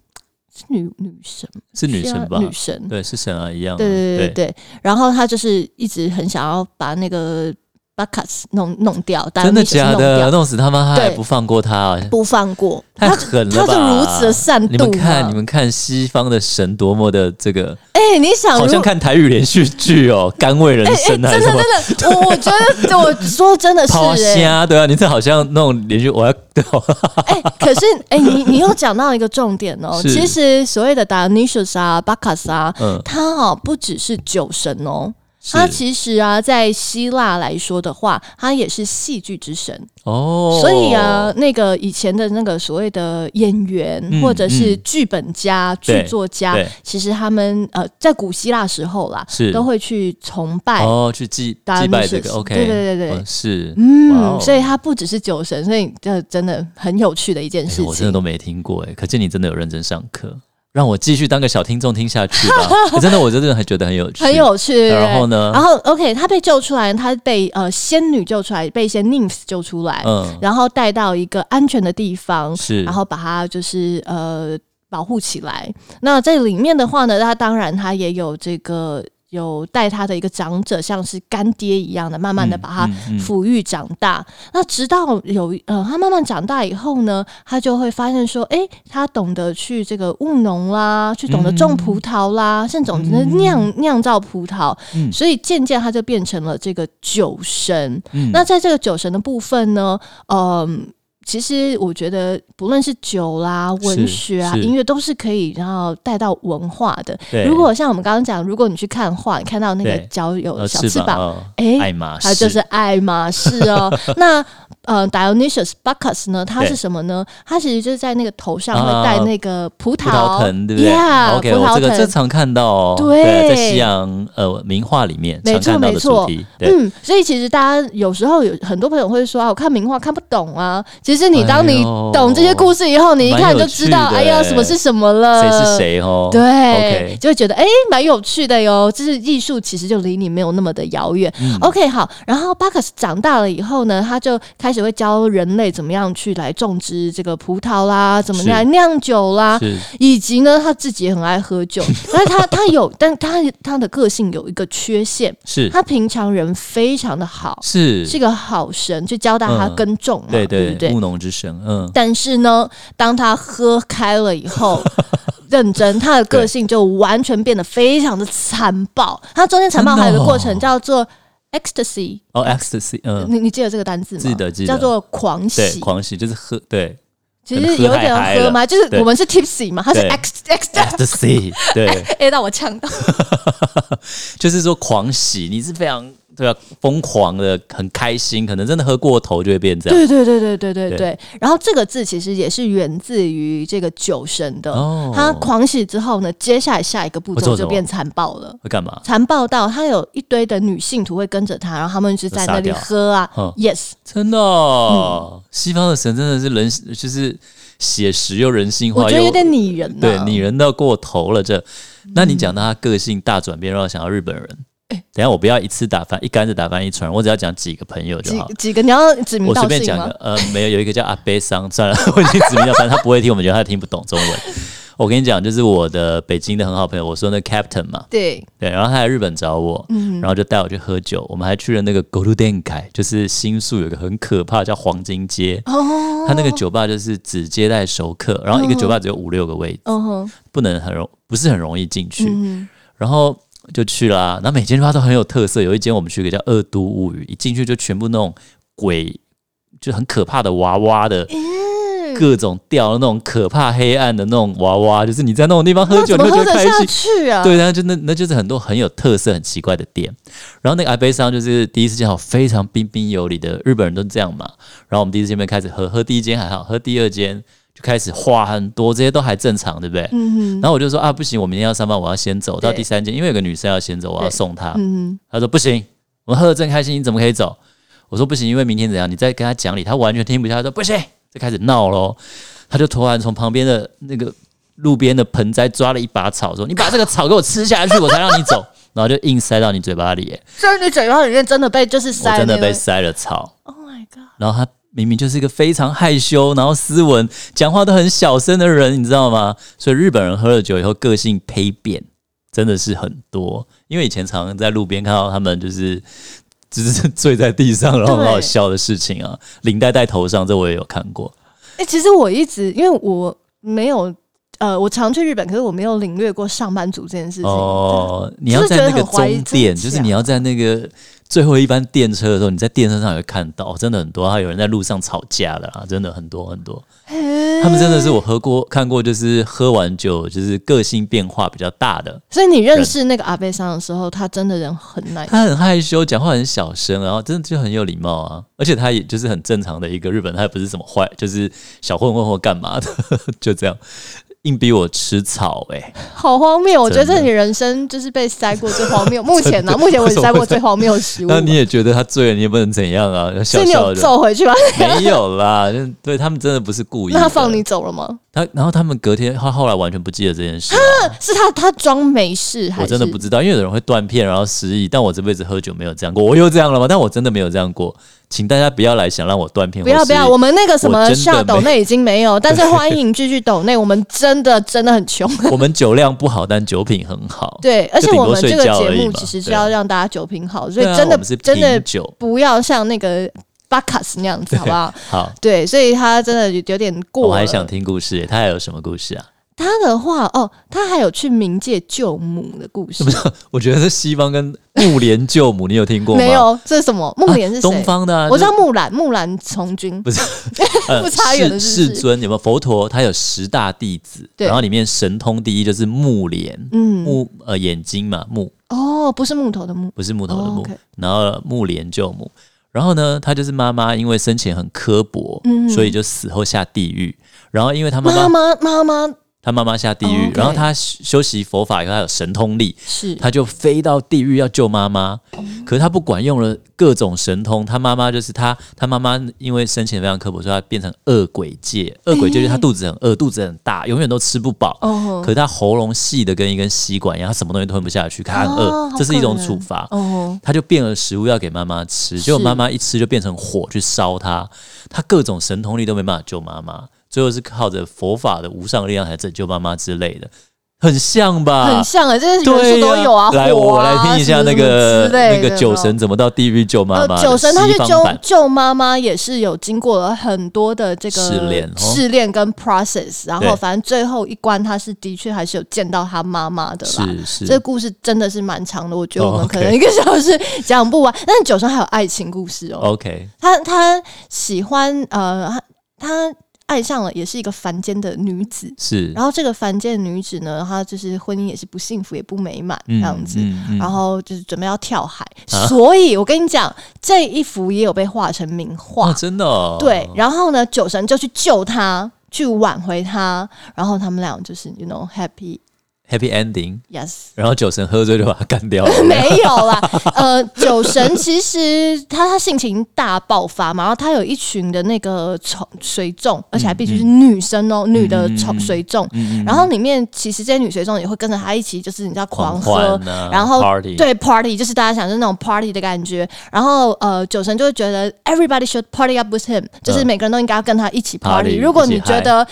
Speaker 2: 是女女神，
Speaker 1: 是女
Speaker 2: 希拉
Speaker 1: 神吧？
Speaker 2: 女神，
Speaker 1: 对，是神啊，一样啊，
Speaker 2: 对对对
Speaker 1: 对
Speaker 2: 对。然后他就是一直很想要把那个巴卡斯弄弄掉，
Speaker 1: 真的
Speaker 2: 达米修斯
Speaker 1: 假
Speaker 2: 弄
Speaker 1: 的？
Speaker 2: 掉？
Speaker 1: 弄死他妈，他还
Speaker 2: 对
Speaker 1: 不放过他啊！
Speaker 2: 不放过，
Speaker 1: 太狠了
Speaker 2: 他就
Speaker 1: 吧！
Speaker 2: 如此的啊善妒
Speaker 1: 你们看，
Speaker 2: 嘛
Speaker 1: 你们看西方的神多么的这个，
Speaker 2: 哎、你想
Speaker 1: 好
Speaker 2: 如
Speaker 1: 像看台语连续剧 哦，甘为人
Speaker 2: 哎
Speaker 1: 生还
Speaker 2: 真
Speaker 1: 是什
Speaker 2: 的
Speaker 1: 么
Speaker 2: 真的，我我觉 得我说真的是、
Speaker 1: 抛
Speaker 2: 哎
Speaker 1: 虾，对啊，你这好像那种连续，我要对哦，
Speaker 2: 哎、可是哎、你你又讲到一个重点哦，
Speaker 1: 是
Speaker 2: 其实所谓的 Dionysus 啊、巴卡斯啊，
Speaker 1: 嗯，
Speaker 2: 它哦不只是酒神哦，
Speaker 1: 是
Speaker 2: 它其实啊，在希腊来说的话，它也是戏剧之神。
Speaker 1: 哦，
Speaker 2: 所以啊，，那个以前的那个所谓的演员、
Speaker 1: 嗯
Speaker 2: 或者是剧本家、
Speaker 1: 对
Speaker 2: 剧作家
Speaker 1: 对，
Speaker 2: 其实他们呃，在古希腊时候啦，
Speaker 1: 是
Speaker 2: 都会去崇拜。
Speaker 1: 哦，去祭祭拜这个
Speaker 2: Dionysus，
Speaker 1: ，OK，
Speaker 2: 对对对对
Speaker 1: 哦是，哇
Speaker 2: 嗯，
Speaker 1: 哦
Speaker 2: 所以它不只是酒神，所以这真的很有趣的一件
Speaker 1: 哎
Speaker 2: 事
Speaker 1: 我真
Speaker 2: 情
Speaker 1: 的。都没听过哎，可见你真的有认真上课，让我继续当个小听众听下去 吧，哎真的，我真的很觉得很有趣，
Speaker 2: 很有趣。哎对不对
Speaker 1: 然后呢
Speaker 2: 然后 OK，他被救出来，他被呃仙女救出来，被一些 nymphs 救出来，
Speaker 1: 嗯，
Speaker 2: 然后带到一个安全的地方，
Speaker 1: 是，
Speaker 2: 然后把他就是呃保护起来。那在里面的话呢，他当然他也有这个有带他的一个长者，像是干爹一样的，慢慢的把他
Speaker 1: 嗯嗯嗯
Speaker 2: 抚育长大。那直到有一呃，他慢慢长大以后呢，他就会发现说，诶，他懂得去这个务农啦，去懂得种葡萄啦，甚至懂得酿酿造葡萄，
Speaker 1: 嗯
Speaker 2: 所以渐渐他就变成了这个酒神。
Speaker 1: 嗯
Speaker 2: 那在这个酒神的部分呢，嗯、其实我觉得，不论是酒啦、文学啊、
Speaker 1: 是
Speaker 2: 音乐，都是可以然后带到文化的。
Speaker 1: 对
Speaker 2: 如果像我们刚刚讲，如果你去看画，你看到那个
Speaker 1: 对
Speaker 2: 脚有
Speaker 1: 呃
Speaker 2: 小翅膀，
Speaker 1: 哦
Speaker 2: 哎、
Speaker 1: 爱马仕，
Speaker 2: 它就是爱马仕 哦。那呃，Dionysius Bacchus 呢，它
Speaker 1: 对
Speaker 2: 是什么呢？它其实就是在那个头上
Speaker 1: 啊
Speaker 2: 会戴那个葡萄
Speaker 1: 葡萄藤，对不对
Speaker 2: Yeah，
Speaker 1: ？OK，
Speaker 2: 葡
Speaker 1: 我
Speaker 2: 萄
Speaker 1: 这个
Speaker 2: 藤
Speaker 1: 这常看到哦，
Speaker 2: 对
Speaker 1: 在西洋呃名画里面
Speaker 2: 没
Speaker 1: 常
Speaker 2: 错
Speaker 1: 看到
Speaker 2: 没
Speaker 1: 的
Speaker 2: 错
Speaker 1: 主题，对，
Speaker 2: 嗯，所以其实大家有时候有很多朋友会说啊，我看名画看不懂啊。其实你当
Speaker 1: 哎
Speaker 2: 你
Speaker 1: 呦
Speaker 2: 懂这些故事以后，你一
Speaker 1: 蛮
Speaker 2: 看
Speaker 1: 有
Speaker 2: 就
Speaker 1: 趣
Speaker 2: 知道，
Speaker 1: 的
Speaker 2: 哎呀，
Speaker 1: 欸
Speaker 2: 什么是什么了，
Speaker 1: 谁是谁哦？
Speaker 2: 呃对
Speaker 1: OK
Speaker 2: 就会觉得哎，蛮有趣的哟。就是艺术其实就离你没有那么的遥远。OK，好。
Speaker 1: 嗯
Speaker 2: 然后巴克斯长大了以后呢，他就开始会教人类怎么样去来种植这个葡萄啦，怎么
Speaker 1: 是
Speaker 2: 来酿酒啦，
Speaker 1: 是
Speaker 2: 以及呢他自己也很爱 喝酒。但是他他有，但他他的个性有一个缺陷，
Speaker 1: 是
Speaker 2: 他平常人非常的好，
Speaker 1: 是
Speaker 2: 是个好神，就教大家
Speaker 1: 嗯
Speaker 2: 耕种嘛，啊
Speaker 1: 对
Speaker 2: 对
Speaker 1: 对
Speaker 2: 不对？
Speaker 1: 务农之神，嗯，
Speaker 2: 但是呢，当他喝开了 以后，认真，他的个性就完全变得非常的残暴。他中间残暴
Speaker 1: 真的
Speaker 2: 还有一个
Speaker 1: 哦
Speaker 2: 过程叫做 ecstasy，、
Speaker 1: 哦，ecstasy，嗯，
Speaker 2: 你你记得这个单字吗？
Speaker 1: 记得记得
Speaker 2: 叫做狂
Speaker 1: 对，
Speaker 2: 喜。
Speaker 1: 狂喜就是喝，对
Speaker 2: 其实有点
Speaker 1: 很嗨
Speaker 2: 喝嘛，就是
Speaker 1: 对
Speaker 2: 我们是 tipsy 嘛，他是
Speaker 1: 对
Speaker 2: x x
Speaker 1: ，ecstasy，对，
Speaker 2: A 到我呛到。
Speaker 1: 就是说狂喜，你是非常对啊，疯狂的，很开心，可能真的喝过头就会变这样。
Speaker 2: 对对对对对对
Speaker 1: 对
Speaker 2: 对。然后这个字其实也是源自于这个酒神的，
Speaker 1: 哦
Speaker 2: 他狂喜之后呢，接下来下一个步
Speaker 1: 会做
Speaker 2: 骤
Speaker 1: 什
Speaker 2: 就
Speaker 1: 么
Speaker 2: 变残暴了。
Speaker 1: 会干嘛？
Speaker 2: 残暴到他有一堆的女信徒会跟着他，然后他们就在那里喝啊
Speaker 1: 杀掉嗯
Speaker 2: ，yes，
Speaker 1: 真的哦、
Speaker 2: 嗯
Speaker 1: 西方的神真的是人，就是写实又人性化，
Speaker 2: 我觉得
Speaker 1: 又
Speaker 2: 有点拟人啊呐、
Speaker 1: 对拟人到过头了。这，那你讲到他个性大转变，让我想到日本人。
Speaker 2: 嗯
Speaker 1: 等一下我不要一次打翻一竿子打翻一船，我只要讲几个朋友就
Speaker 2: 几
Speaker 1: 好。
Speaker 2: 几个你要指名
Speaker 1: 啊我随
Speaker 2: 道
Speaker 1: 便
Speaker 2: 姓
Speaker 1: 讲一个
Speaker 2: 吗？，
Speaker 1: 呃，没有，有一个叫阿贝桑，算了， 我已经指名了，反正他不会听我们觉得他听不懂中文。我跟你讲，就是我的北京的很好朋友，我说那 Captain 嘛，
Speaker 2: 对，嗯
Speaker 1: 对，然后他来日本找我，然后就带我去喝酒，我们还去了那个 g o l d e n k a i 就是新宿有个很可怕叫黄金街，
Speaker 2: 哦，
Speaker 1: 他那个酒吧就是只接待熟客，然后一个酒吧只有五六个位置，
Speaker 2: 嗯哼，
Speaker 1: 不能很容，不是很容易进去，
Speaker 2: 嗯
Speaker 1: 然后就去啦。那每间酒吧都很有特色，有一间我们去一个叫二都物语，一进去就全部那种鬼，就很可怕的娃娃的。
Speaker 2: 嗯
Speaker 1: 各种掉那种可怕黑暗的那种娃娃，就是你在那种地方喝
Speaker 2: 那
Speaker 1: 酒，
Speaker 2: 怎
Speaker 1: 你
Speaker 2: 么
Speaker 1: 会觉得
Speaker 2: 喝得
Speaker 1: 开
Speaker 2: 下
Speaker 1: 心。
Speaker 2: 去啊？
Speaker 1: 对，然后就那那就是很多很有特色、很奇怪的店。然后那个阿贝桑就是第一次见到我非常彬彬有礼的日本人都这样嘛。然后我们第一次见面开始喝，喝第一间还好，喝第二间就开始话很多，这些都还正常，对不对？
Speaker 2: 嗯哼，
Speaker 1: 然后我就说啊，不行，我明天要上班，我要先走到
Speaker 2: 对
Speaker 1: 第三间，因为有个女生要先走，我要
Speaker 2: 对
Speaker 1: 送她。
Speaker 2: 嗯
Speaker 1: 她说不行，我们喝的正开心，你怎么可以走？我说不行，因为明天怎样？你再跟她讲理，她完全听不下去，她说不行，就开始闹喽。她就突然从旁边的那个路边的盆栽抓了一把草，说：“你把这个草给我吃下去，我才让你走。” 然后就硬塞到你嘴巴里耶，
Speaker 2: 哼，所以你嘴巴里面真的被就是塞
Speaker 1: 我真的
Speaker 2: 那个
Speaker 1: 被塞了草。
Speaker 2: ，Oh my god，
Speaker 1: 然后他明明就是一个非常害羞，然后斯文，讲话都很小声的人，你知道吗？所以日本人喝了酒以后个性丕变，真的是很多。因为以前常常在路边看到他们就是。只是醉在地上，然后很好笑的事情啊，领带戴头上，这我也有看过。
Speaker 2: 哎、其实我一直因为我没有。呃，我常去日本，可是我没有领略过上班族这件事情。
Speaker 1: 哦，你要在那个终点，就是你要在那个最后一班电车的时候，你在电车上也会看到，真的很多，还有人在路上吵架的啊，真的很多很多。
Speaker 2: 嘿
Speaker 1: 他们真的是我喝过看过，就是喝完酒就是个性变化比较大的。
Speaker 2: 所以你认识那个阿贝桑的时候，他真的人很 nice。
Speaker 1: 他很害羞，讲话很小声，然后真的就很有礼貌啊。而且他也就是很正常的一个日本人，他也不是什么坏，就是小混混或干嘛的，就这样硬逼我吃草哎、
Speaker 2: 好荒谬！我觉得
Speaker 1: 真
Speaker 2: 这
Speaker 1: 的
Speaker 2: 是你人生就是被塞过最荒 谬。目前呢、啊目前为止塞过最荒谬的食物。
Speaker 1: 那你也觉得他醉了，你也不能怎样啊，
Speaker 2: 所
Speaker 1: 笑
Speaker 2: 以你
Speaker 1: 笑
Speaker 2: 有
Speaker 1: 的。
Speaker 2: 揍回去吗？
Speaker 1: 没有啦，就对他们真的不是故意的。
Speaker 2: 那他放你走了吗？
Speaker 1: 他他然后他们隔天，他后来完全不记得这件事啊、
Speaker 2: 是他他装没事还是？
Speaker 1: 我真的不知道，因为有人会断片，然后失忆。但我这辈子喝酒没有这样过，我 又这样了吗？但我真的没有这样过，请大家不要来想让我断片。
Speaker 2: 不要不要，我
Speaker 1: 们
Speaker 2: 们那个什
Speaker 1: 我
Speaker 2: 么
Speaker 1: 真的
Speaker 2: 下抖
Speaker 1: 没
Speaker 2: 内已经没 有，但是欢迎继续抖内，我们真的真的很穷。
Speaker 1: 我们酒量不好，但酒品很好。
Speaker 2: 对，而且
Speaker 1: 顶
Speaker 2: 我
Speaker 1: 多
Speaker 2: 们
Speaker 1: 睡
Speaker 2: 这个
Speaker 1: 觉
Speaker 2: 节
Speaker 1: 而已
Speaker 2: 目
Speaker 1: 嘛
Speaker 2: 其实是
Speaker 1: 对啊
Speaker 2: 要让大家酒品好，所
Speaker 1: 对
Speaker 2: 以
Speaker 1: 啊
Speaker 2: 真
Speaker 1: 我
Speaker 2: 的、
Speaker 1: 们是
Speaker 2: 真的
Speaker 1: 品酒
Speaker 2: 不要像那个巴卡斯那样子，好不好？
Speaker 1: 好。
Speaker 2: 对，所以他真的有点过了。
Speaker 1: 我还想听故事耶，他还有什么故事啊？
Speaker 2: 他的话哦，他还有去冥界救母的故事，
Speaker 1: 我觉得是西方跟木莲救母，你有听过吗？
Speaker 2: 没有？这是什么？木
Speaker 1: 啊，
Speaker 2: 莲是谁？
Speaker 1: 东方的、啊，
Speaker 2: 我知
Speaker 1: 就
Speaker 2: 道木兰，木兰从军
Speaker 1: 不是
Speaker 2: 不差远
Speaker 1: 世
Speaker 2: 了是不是
Speaker 1: 世尊有没有？佛陀他有十大弟子，
Speaker 2: 对
Speaker 1: 然后里面神通第一就是木莲，
Speaker 2: 嗯
Speaker 1: 木呃眼睛嘛，木
Speaker 2: 哦，不是木头的木，
Speaker 1: 不是木头的
Speaker 2: 哦
Speaker 1: 木，
Speaker 2: ，OK
Speaker 1: 然后木莲救母。然后呢，他就是妈妈，因为生前很刻薄，
Speaker 2: 嗯
Speaker 1: 所以就死后下地狱。然后因为他妈
Speaker 2: 妈
Speaker 1: 妈，
Speaker 2: 妈妈妈
Speaker 1: 他妈妈下地
Speaker 2: 哦
Speaker 1: 狱，
Speaker 2: ，OK
Speaker 1: 然后他修习佛法以后，他有神通力，
Speaker 2: 是
Speaker 1: 他就飞到地狱要救妈妈，
Speaker 2: 哦
Speaker 1: 可是他不管用了各种神通，他妈妈就是他，他妈妈因为生前非常刻薄，所以他变成恶鬼界，恶鬼界就是他肚子很饿，肚子很大，永远都吃不饱。
Speaker 2: 哎哦
Speaker 1: 可是他喉咙细的跟一根吸管一样，他什么东西吞不下去，可他很饿，
Speaker 2: 哦好
Speaker 1: 这是一种
Speaker 2: 可怜
Speaker 1: 处罚。
Speaker 2: 哦，
Speaker 1: 他就变了食物要给妈妈吃，结果妈妈一吃就变成火去烧他，他各种神通力都没办法救妈妈，最后是靠着佛法的无上力量才拯救妈妈之类的，很像吧？
Speaker 2: 很像啊，这些
Speaker 1: 对
Speaker 2: 元素都有啊。
Speaker 1: 来，
Speaker 2: 火
Speaker 1: 我
Speaker 2: 啊
Speaker 1: 来听一下
Speaker 2: 什么
Speaker 1: 那
Speaker 2: 什么
Speaker 1: 个
Speaker 2: 之类
Speaker 1: 那个
Speaker 2: 的
Speaker 1: 酒
Speaker 2: 有没有
Speaker 1: 神怎么到地狱救妈妈的、
Speaker 2: 呃，酒神他去
Speaker 1: 西方
Speaker 2: 救
Speaker 1: 版
Speaker 2: 救妈妈也是有经过了很多的这个
Speaker 1: 试炼哦
Speaker 2: 试炼跟 process，然
Speaker 1: 对
Speaker 2: 后反正最后一关他是的确还是有见到他妈妈的啦。
Speaker 1: 是
Speaker 2: 这个
Speaker 1: 是，
Speaker 2: 故事真的是蛮长的，我觉得
Speaker 1: 哦
Speaker 2: 我们可
Speaker 1: OK
Speaker 2: 能一个小时讲不完。但是酒神还有爱情故事哦，
Speaker 1: OK，
Speaker 2: 他他喜欢呃他他爱上了也是一个凡间的女子，
Speaker 1: 是，
Speaker 2: 然后这个凡间的女子呢，她就是婚姻也是不幸福也不美满这样子。
Speaker 1: 嗯嗯
Speaker 2: 然后就是准备要跳海，
Speaker 1: 啊
Speaker 2: 所以我跟你讲，这一幅也有被画成名画。
Speaker 1: 哦，真的、哦，
Speaker 2: 对，然后呢，酒神就去救他，去挽回他，然后他们俩就是 you know happy
Speaker 1: ，Happy Ending，
Speaker 2: yes。
Speaker 1: 然后酒神喝醉就把他干掉了，
Speaker 2: 没有 啦，呃，酒神其实他他性情大爆发嘛，然后他有一群的那个从随众，而且还必须是女生哦，女的从随众，
Speaker 1: 嗯嗯，嗯
Speaker 2: 然后里面其实这些女随众也会跟着他一起，就是你知道
Speaker 1: 狂
Speaker 2: 喝，
Speaker 1: 欢啊，
Speaker 2: 然后
Speaker 1: Party，
Speaker 2: 对 party 就是大家想是那种 party 的感觉，然后呃，酒神就会觉得 everybody should party up with him，就是每个人都应该要跟他一起 party。
Speaker 1: 嗯 Party，
Speaker 2: 如果
Speaker 1: 一起
Speaker 2: 你觉得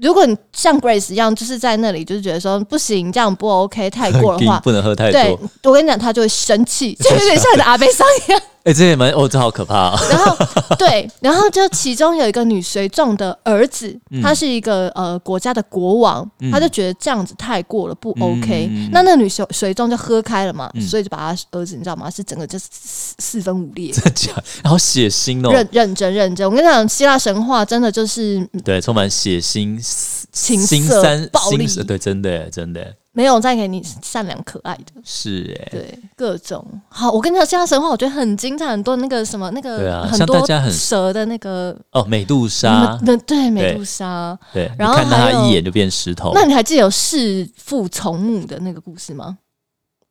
Speaker 2: 如果你像 Grace 一样，就是在那里就是觉得说不行，这样不 OK，太 过的话，
Speaker 1: 不能喝太
Speaker 2: 对
Speaker 1: 多，
Speaker 2: 我跟你讲，他就会 生气，就有点像你的阿贝桑一样。
Speaker 1: 哎、这也蛮哦，这好可怕、 哦，
Speaker 2: 然后对，然后就其中有一个女随众的儿子，
Speaker 1: 嗯
Speaker 2: 他是一个呃国家的国王，他就觉得这样子太过了，不 OK。那
Speaker 1: 嗯
Speaker 2: 那女随随众就喝开了嘛，所以就把他儿子你知道吗？是整个就是四四分五裂，
Speaker 1: 真的假的？好血腥哦，
Speaker 2: 认认真认真。我跟你讲，希腊神话真的就是
Speaker 1: 对，充满血腥、
Speaker 2: 情
Speaker 1: 心
Speaker 2: 色
Speaker 1: 三
Speaker 2: 暴力
Speaker 1: 心对，真的耶真的耶
Speaker 2: 没有再给你善良可爱的。
Speaker 1: 是哎。
Speaker 2: 对，各种好，我跟你讲，希腊神话我觉得很精彩，很多那个什么那
Speaker 1: 对
Speaker 2: 个
Speaker 1: 啊
Speaker 2: 很
Speaker 1: 像大
Speaker 2: 多
Speaker 1: 家很
Speaker 2: 蛇的那个
Speaker 1: 哦，美杜莎，
Speaker 2: 那对美
Speaker 1: 对
Speaker 2: 杜莎，
Speaker 1: 对，你
Speaker 2: 嗯然后
Speaker 1: 看到她
Speaker 2: 还有
Speaker 1: 一眼就变石头，
Speaker 2: 那你还记得有弑父从母的那个故事吗？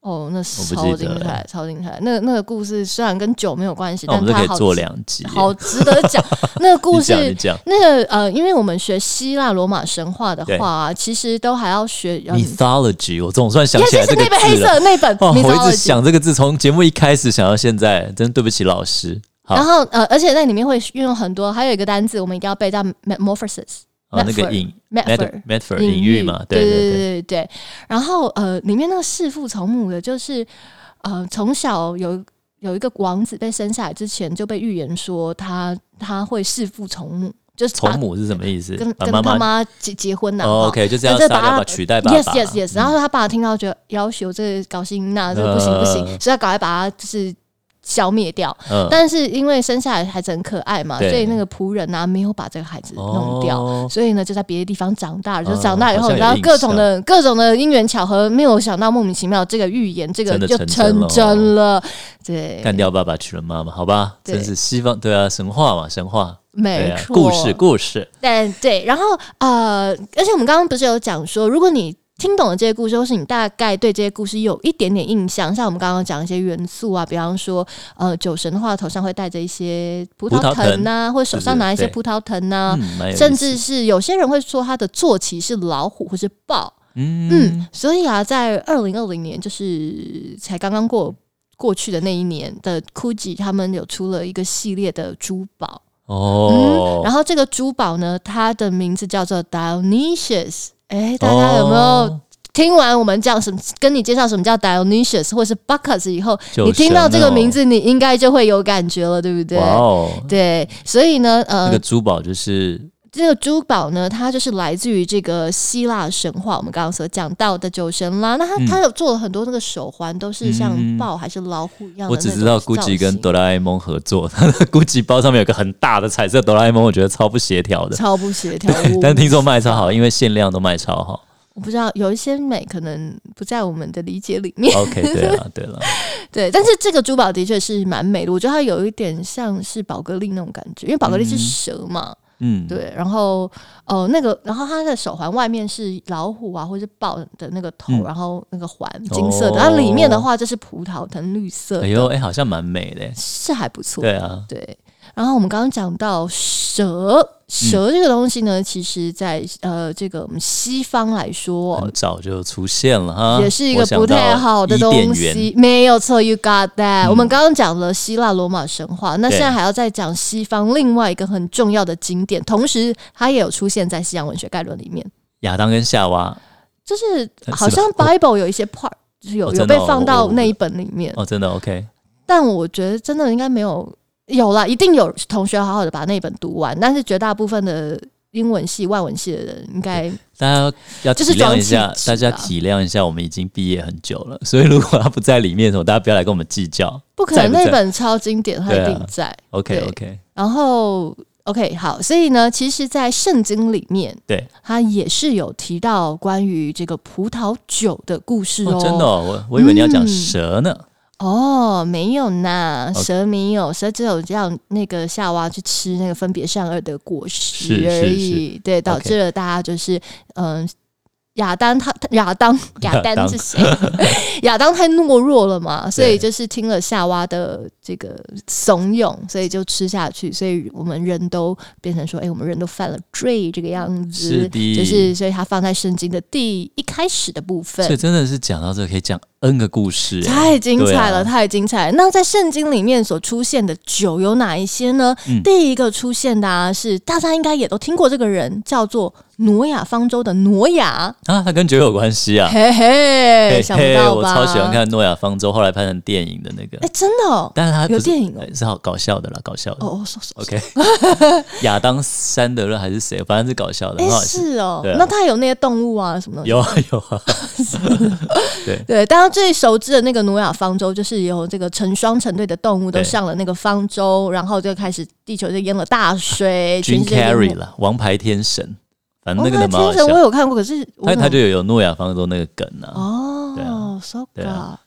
Speaker 2: 哦，那是
Speaker 1: 我不
Speaker 2: 超
Speaker 1: 记得
Speaker 2: 精彩，超精彩。那那个故事虽然跟酒没有关系，
Speaker 1: 哦那我
Speaker 2: 但
Speaker 1: 们就可
Speaker 2: 它
Speaker 1: 以
Speaker 2: 好
Speaker 1: 做
Speaker 2: 值
Speaker 1: 两集耶。
Speaker 2: 好值得 讲。那个故
Speaker 1: 你讲你
Speaker 2: 事，
Speaker 1: 讲
Speaker 2: 那个呃，因为我们学希腊罗马神话的话、啊，其实都还要学。呃
Speaker 1: mythology，我总算想
Speaker 2: 也
Speaker 1: 起
Speaker 2: 就
Speaker 1: 来这
Speaker 2: 是
Speaker 1: 个
Speaker 2: 那本黑
Speaker 1: 字
Speaker 2: 色
Speaker 1: 了。
Speaker 2: 的那本，
Speaker 1: 哦，
Speaker 2: 你知
Speaker 1: 我
Speaker 2: 道
Speaker 1: 一
Speaker 2: 的
Speaker 1: 直想这个字，从节目一开始想到现在，真对不起老师。好
Speaker 2: 然，后呃，而且那里面会运用很多，还有一个单字我们一定要背叫 metamorphosis。
Speaker 1: 哦那个
Speaker 2: metaphor
Speaker 1: 隐
Speaker 2: metaphor
Speaker 1: metaphor 隐喻嘛，对对，
Speaker 2: 对对对。然后呃，里面那个弑父从母的，就是呃，从小有有一个王子被生下来之前就被预言说他他会弑父从母，就是把
Speaker 1: 从母是什么意思
Speaker 2: 啊跟？
Speaker 1: 把
Speaker 2: 跟
Speaker 1: 妈
Speaker 2: 他
Speaker 1: 妈
Speaker 2: 妈结结婚呐、
Speaker 1: 哦
Speaker 2: 哈
Speaker 1: ，OK，就这
Speaker 2: 然
Speaker 1: 样
Speaker 2: 后
Speaker 1: 杀
Speaker 2: 就
Speaker 1: 掉，
Speaker 2: 把他
Speaker 1: 把取代爸爸。嗯
Speaker 2: Yes, yes, yes。然后他爸听到觉得要求这个搞心那这个不行不行，
Speaker 1: 嗯
Speaker 2: 所以要赶快把他就是消灭掉。
Speaker 1: 嗯
Speaker 2: 但是因为生下来孩子很可爱嘛，
Speaker 1: 对
Speaker 2: 所以那个仆人啊没有把这个孩子弄掉，
Speaker 1: 哦
Speaker 2: 所以呢就在别的地方长大了。
Speaker 1: 嗯
Speaker 2: 就长大以
Speaker 1: 好
Speaker 2: 后，
Speaker 1: 像有
Speaker 2: 然后
Speaker 1: 印
Speaker 2: 各种的各种的因缘巧合，没有想到莫名其妙这个预言这个
Speaker 1: 真的
Speaker 2: 就
Speaker 1: 成真了哦
Speaker 2: 成真了。对，
Speaker 1: 干掉爸爸，娶了妈妈，好吧，
Speaker 2: 对
Speaker 1: 真是西方对啊，神话嘛，神话，对
Speaker 2: 没
Speaker 1: 啊，
Speaker 2: 错，
Speaker 1: 故事故事，
Speaker 2: 但对，然后呃，而且我们刚刚不是有讲说，如果你听懂了这些故事，或是你大概对这些故事有一点点印象，像我们刚刚讲一些元素啊，比方说，呃，酒神的话头上会戴着一些葡
Speaker 1: 葡萄
Speaker 2: 萄
Speaker 1: 藤
Speaker 2: 藤呐、或者手上拿一些
Speaker 1: 是是
Speaker 2: 葡萄藤呐、
Speaker 1: 嗯，蛮有意思
Speaker 2: 啊甚至是有些人会说他的坐骑是老虎或是豹，
Speaker 1: 嗯
Speaker 2: 嗯，所以啊，在二零二零年，就是才刚刚过过去的那一年的 GUCCI，他们有出了一个系列的珠宝，
Speaker 1: 哦
Speaker 2: 嗯，，然后这个珠宝呢，它的名字叫做 Dionysius。哎，大家有没有
Speaker 1: 哦
Speaker 2: 听完我们讲什么，跟你介绍什么叫 Dionysius 或是 Bacchus 以后，
Speaker 1: 酒
Speaker 2: 你听到这个
Speaker 1: 神哦
Speaker 2: 名字，你应该就会有感觉了，对不对？
Speaker 1: 哇哦，
Speaker 2: 对，所以呢，呃，
Speaker 1: 那个珠宝就是
Speaker 2: 这个珠宝呢，它就是来自于这个希腊神话，我们刚刚所讲到的酒神啦。那它、
Speaker 1: 嗯
Speaker 2: 它有做了很多那个手环，都是像
Speaker 1: 嗯
Speaker 2: 豹还是老虎一样的
Speaker 1: 我
Speaker 2: 那种造型。
Speaker 1: 只知道 GUCCI 跟哆啦 A 梦合作，它的 GUCCI 包上面有个很大的彩色哆啦 A 梦，我觉得超不协调的。
Speaker 2: 超不协调。我
Speaker 1: 但听说卖超好，因为限量都卖超好。
Speaker 2: 我不知道有一些美可能不在我们的理解里面。
Speaker 1: OK，对了对了，
Speaker 2: 对，但是这个珠宝的确是蛮美的，我觉得它有一点像是宝格丽那种感觉，因为宝格丽是
Speaker 1: 嗯
Speaker 2: 蛇嘛。
Speaker 1: 嗯，
Speaker 2: 对，然后哦、呃那个，然后它的手环外面是老虎啊，或是豹的那个头，
Speaker 1: 嗯哦
Speaker 2: 然后那个环金色的，然后里面的话就是葡萄藤绿色的，
Speaker 1: 哎呦哎，好像蛮美的。
Speaker 2: 是还不错。
Speaker 1: 对啊，
Speaker 2: 对然后我们刚刚讲到
Speaker 1: 嗯
Speaker 2: 蛇，蛇这个东西呢，其实在呃这个我们西方来说哦。
Speaker 1: 很早就出现了哈，
Speaker 2: 也是一个不太好的
Speaker 1: 我想到
Speaker 2: 东
Speaker 1: 伊甸园。
Speaker 2: 西，没有错，You got that、
Speaker 1: 嗯
Speaker 2: 我们刚刚讲了希腊罗马神话，那
Speaker 1: 对
Speaker 2: 现在还要再讲西方另外一个很重要的经典，同时它也有出现在西洋文学概论里面。
Speaker 1: 亚当跟夏娃，
Speaker 2: 就是
Speaker 1: 呃
Speaker 2: 好
Speaker 1: 是吧
Speaker 2: 像 Bible 有一些 part 就是有
Speaker 1: 哦
Speaker 2: 有
Speaker 1: 真
Speaker 2: 被
Speaker 1: 的哦
Speaker 2: 放到
Speaker 1: 我我
Speaker 2: 那一本里面，
Speaker 1: 哦，真的 OK，
Speaker 2: 但我觉得真的应该没有有啦，一定有同学好好的把那一本读完，但是绝大部分的英文系、外文系的人应该
Speaker 1: 大家要体
Speaker 2: 就是
Speaker 1: 谅一下
Speaker 2: 装气，质啊
Speaker 1: 大家
Speaker 2: 啦
Speaker 1: 体谅一下，我们已经毕业很久了， 所以如果他不在里面的时候，大家不要来跟我们计较。
Speaker 2: 不可能
Speaker 1: 在不在啊
Speaker 2: 那本超经典，它一定在。
Speaker 1: OK
Speaker 2: 对
Speaker 1: OK，
Speaker 2: 然后 OK 好，所以呢，其实，在圣经里面，
Speaker 1: 对，
Speaker 2: 它也是有提到关于这个葡萄酒的故事
Speaker 1: 哦，真的、哦，我我以为你要讲蛇
Speaker 2: 嗯
Speaker 1: 呢。
Speaker 2: 哦，没有呐，
Speaker 1: 哦
Speaker 2: 蛇没有，蛇只有让那个夏娃去吃那个分别善恶的果
Speaker 1: 是
Speaker 2: 实
Speaker 1: 是
Speaker 2: 而已，对，导致了大家就是嗯。亚当他亚 当亚
Speaker 1: 亚
Speaker 2: 当
Speaker 1: 当
Speaker 2: 是谁？ 亚当太懦弱了嘛，所以
Speaker 1: 对
Speaker 2: 就是听了夏娃的这个怂恿，所以就吃下去，所以我们人都变成说，哎、我们人都犯了罪这个样子
Speaker 1: 是，的
Speaker 2: 就是所以他放在圣经的第一开始的部分
Speaker 1: 所以。真的是讲到这可以讲 N 个故事、哎
Speaker 2: 太精彩了，
Speaker 1: 对啊
Speaker 2: 太精彩了！那在圣经里面所出现的酒有哪一些呢？
Speaker 1: 嗯
Speaker 2: 第一个出现的啊，是大家应该也都听过这个人，叫做挪亚方舟的挪亚，
Speaker 1: 啊，它跟酒有关系啊。
Speaker 2: 嘿嘿，
Speaker 1: 嘿
Speaker 2: 想不到
Speaker 1: 我
Speaker 2: 吧？
Speaker 1: 超喜欢，看《诺亚方舟》，后来拍成电影的那个
Speaker 2: 哎、，真的哦，
Speaker 1: 但是它不
Speaker 2: 有
Speaker 1: 是
Speaker 2: 电影哦。
Speaker 1: 呃是好搞笑的啦，搞笑的。
Speaker 2: 哦哦，说说
Speaker 1: OK，亚当·山德勒还是谁，反正是搞笑的，
Speaker 2: 哎
Speaker 1: 很，好笑。
Speaker 2: 是哦
Speaker 1: 对，啊
Speaker 2: 那他有那些动物啊，什么东西？
Speaker 1: 有啊有啊，
Speaker 2: 对，大家最熟知的那个挪亚方舟，就是有这个成双成对的动物都
Speaker 1: 对
Speaker 2: 上了那个方舟，然后就开始地球就淹了大水，全
Speaker 1: Jim
Speaker 2: 世界淹没
Speaker 1: Carrey 啦，王牌天神，反正
Speaker 2: 哦，
Speaker 1: 那个
Speaker 2: 那
Speaker 1: 人蛮好
Speaker 2: 天神
Speaker 1: 笑
Speaker 2: 我。有看过，可是我
Speaker 1: 他
Speaker 2: 怎
Speaker 1: 他
Speaker 2: 么
Speaker 1: 就有有诺亚方舟那个梗啊。对啊，
Speaker 2: 哦 so
Speaker 1: 对
Speaker 2: good
Speaker 1: 啊。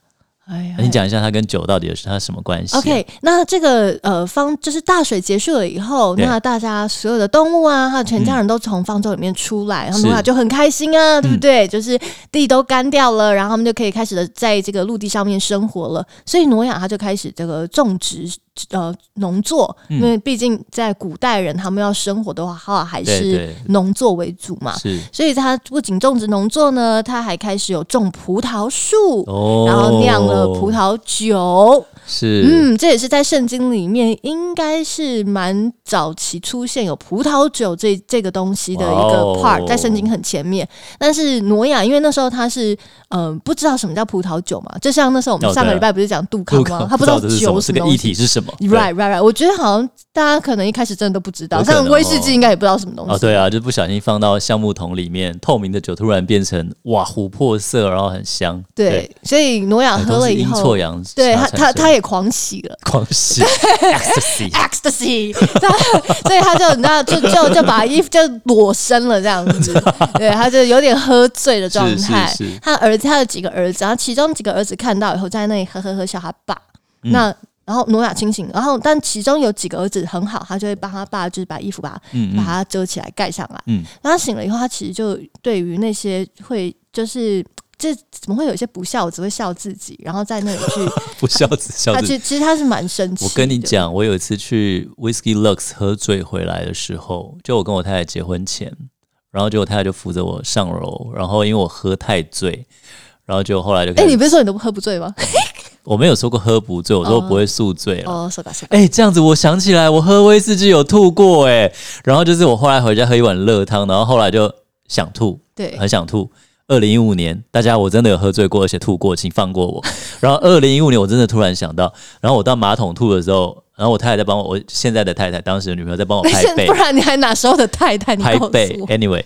Speaker 2: 哎呀
Speaker 1: 那你讲一下他跟酒到底有他什么关系啊
Speaker 2: OK，那这个呃方就是大水结束了以后，
Speaker 1: 对
Speaker 2: 那大家所有的动物啊，还有全家
Speaker 1: 嗯
Speaker 2: 人都从方舟里面出来，然后
Speaker 1: 是嗯
Speaker 2: 努瓦就很开心啊，对不对？就是地都干掉了，然后他们就可以开始的在这个陆地上面生活了。所以挪亚他就开始这个种植呃农作，
Speaker 1: 嗯
Speaker 2: 因为毕竟在古代人他们要生活的话，还
Speaker 1: 对
Speaker 2: 是
Speaker 1: 对
Speaker 2: 农作为主嘛。
Speaker 1: 是
Speaker 2: 所以他不仅种植农作呢，他还开始有种葡萄树，
Speaker 1: 哦，
Speaker 2: 然后酿了葡萄酒。
Speaker 1: 是
Speaker 2: 嗯，这也是在圣经里面应该是蛮早期出现有葡萄酒这这个东西的一
Speaker 1: 哇
Speaker 2: 个
Speaker 1: 哦
Speaker 2: part，、在圣经很前面。但是挪亚因为那时候他是嗯、呃不知道什么叫葡萄酒嘛，就像那时候我们
Speaker 1: 哦
Speaker 2: 上个
Speaker 1: 对啊
Speaker 2: 礼拜不是讲杜康
Speaker 1: 不
Speaker 2: 吗？
Speaker 1: 可
Speaker 2: 他
Speaker 1: 不
Speaker 2: 知道
Speaker 1: 这是什
Speaker 2: 酒
Speaker 1: 么，
Speaker 2: 什
Speaker 1: 这
Speaker 2: 么
Speaker 1: 个
Speaker 2: 东
Speaker 1: 议
Speaker 2: 西。
Speaker 1: 题是什么
Speaker 2: Right, right, right。我觉得好像大家可能一开始真的都不知道，
Speaker 1: 有可能
Speaker 2: 像威士忌应该也不知道什么东西。
Speaker 1: 哦，对啊，就不小心放到橡木桶里面，透明的酒突然变成哇琥珀色，然后很香。
Speaker 2: 对，，所以挪亚
Speaker 1: 哎
Speaker 2: 喝
Speaker 1: 都
Speaker 2: 了
Speaker 1: 是
Speaker 2: 以
Speaker 1: 阴
Speaker 2: 后
Speaker 1: 错，阳差
Speaker 2: 对他
Speaker 1: 产生
Speaker 2: 他他也狂喜了。
Speaker 1: 狂 喜 ecstasy，
Speaker 2: ecstasy，他 所以他就你知道，就就就把衣服就裸身了这样子， 对，他就有点喝醉的状态
Speaker 1: 是是是。
Speaker 2: 他儿子，他有几个儿子，然后其中几个儿子看到以后，在那里呵呵呵笑他爸。
Speaker 1: 嗯
Speaker 2: 那然后挪亚清醒，然后但其中有几个儿子很好，他就会帮他爸，就是把衣服把它
Speaker 1: 嗯
Speaker 2: 把
Speaker 1: 嗯
Speaker 2: 它遮起来盖上来。
Speaker 1: 嗯，
Speaker 2: 然后他醒了以后，他其实就对于那些会就是这怎么会有一些不孝子会孝自己，然后在那里 去
Speaker 1: 不孝子孝
Speaker 2: 他
Speaker 1: 子
Speaker 2: 其。其实他是蛮生气。
Speaker 1: 我跟你，讲，我有一次去 Whisky Lux 喝醉回来的时候，就我跟我太太结婚前，然后就我太太就扶着我上楼，然后因为我喝太醉，然后就后来就
Speaker 2: 哎、
Speaker 1: 开始
Speaker 2: 你不是说你都不喝不醉吗？
Speaker 1: 我没有说过喝不醉，我说我
Speaker 2: 哦
Speaker 1: 不会宿醉了。
Speaker 2: 哦，是吧是吧。
Speaker 1: 哎、这样子我想起来，我喝威士忌有吐过哎、然后就是我后来回家喝一碗热汤，然后后来就想吐，
Speaker 2: 对，
Speaker 1: 很想吐。二零一五年，大家我真的有喝醉过，而且吐过，请放过我。 然后二零一五年，我真的突然想到，然后我到马桶吐的时候，然后我太太在帮我，我现在的太太，当时的女朋友在 帮我拍背
Speaker 2: 不，然你还哪时候的太太？你告
Speaker 1: 拍
Speaker 2: 诉我，
Speaker 1: 背。Anyway，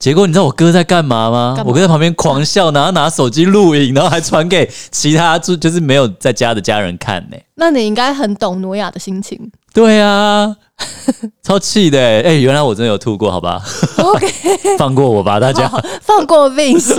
Speaker 1: 结果你知道我哥在干嘛吗？
Speaker 2: 干嘛
Speaker 1: 我哥在旁边狂笑，然后拿手机录影，然后还传给其他就就是没有在家的家人看呢、
Speaker 2: 那你应该很懂挪亚的心情。
Speaker 1: 对啊，超气的欸、哎、原来我真的有吐过，好 吧？
Speaker 2: OK，
Speaker 1: 放过我吧，大家。
Speaker 2: 好，放过 Vince，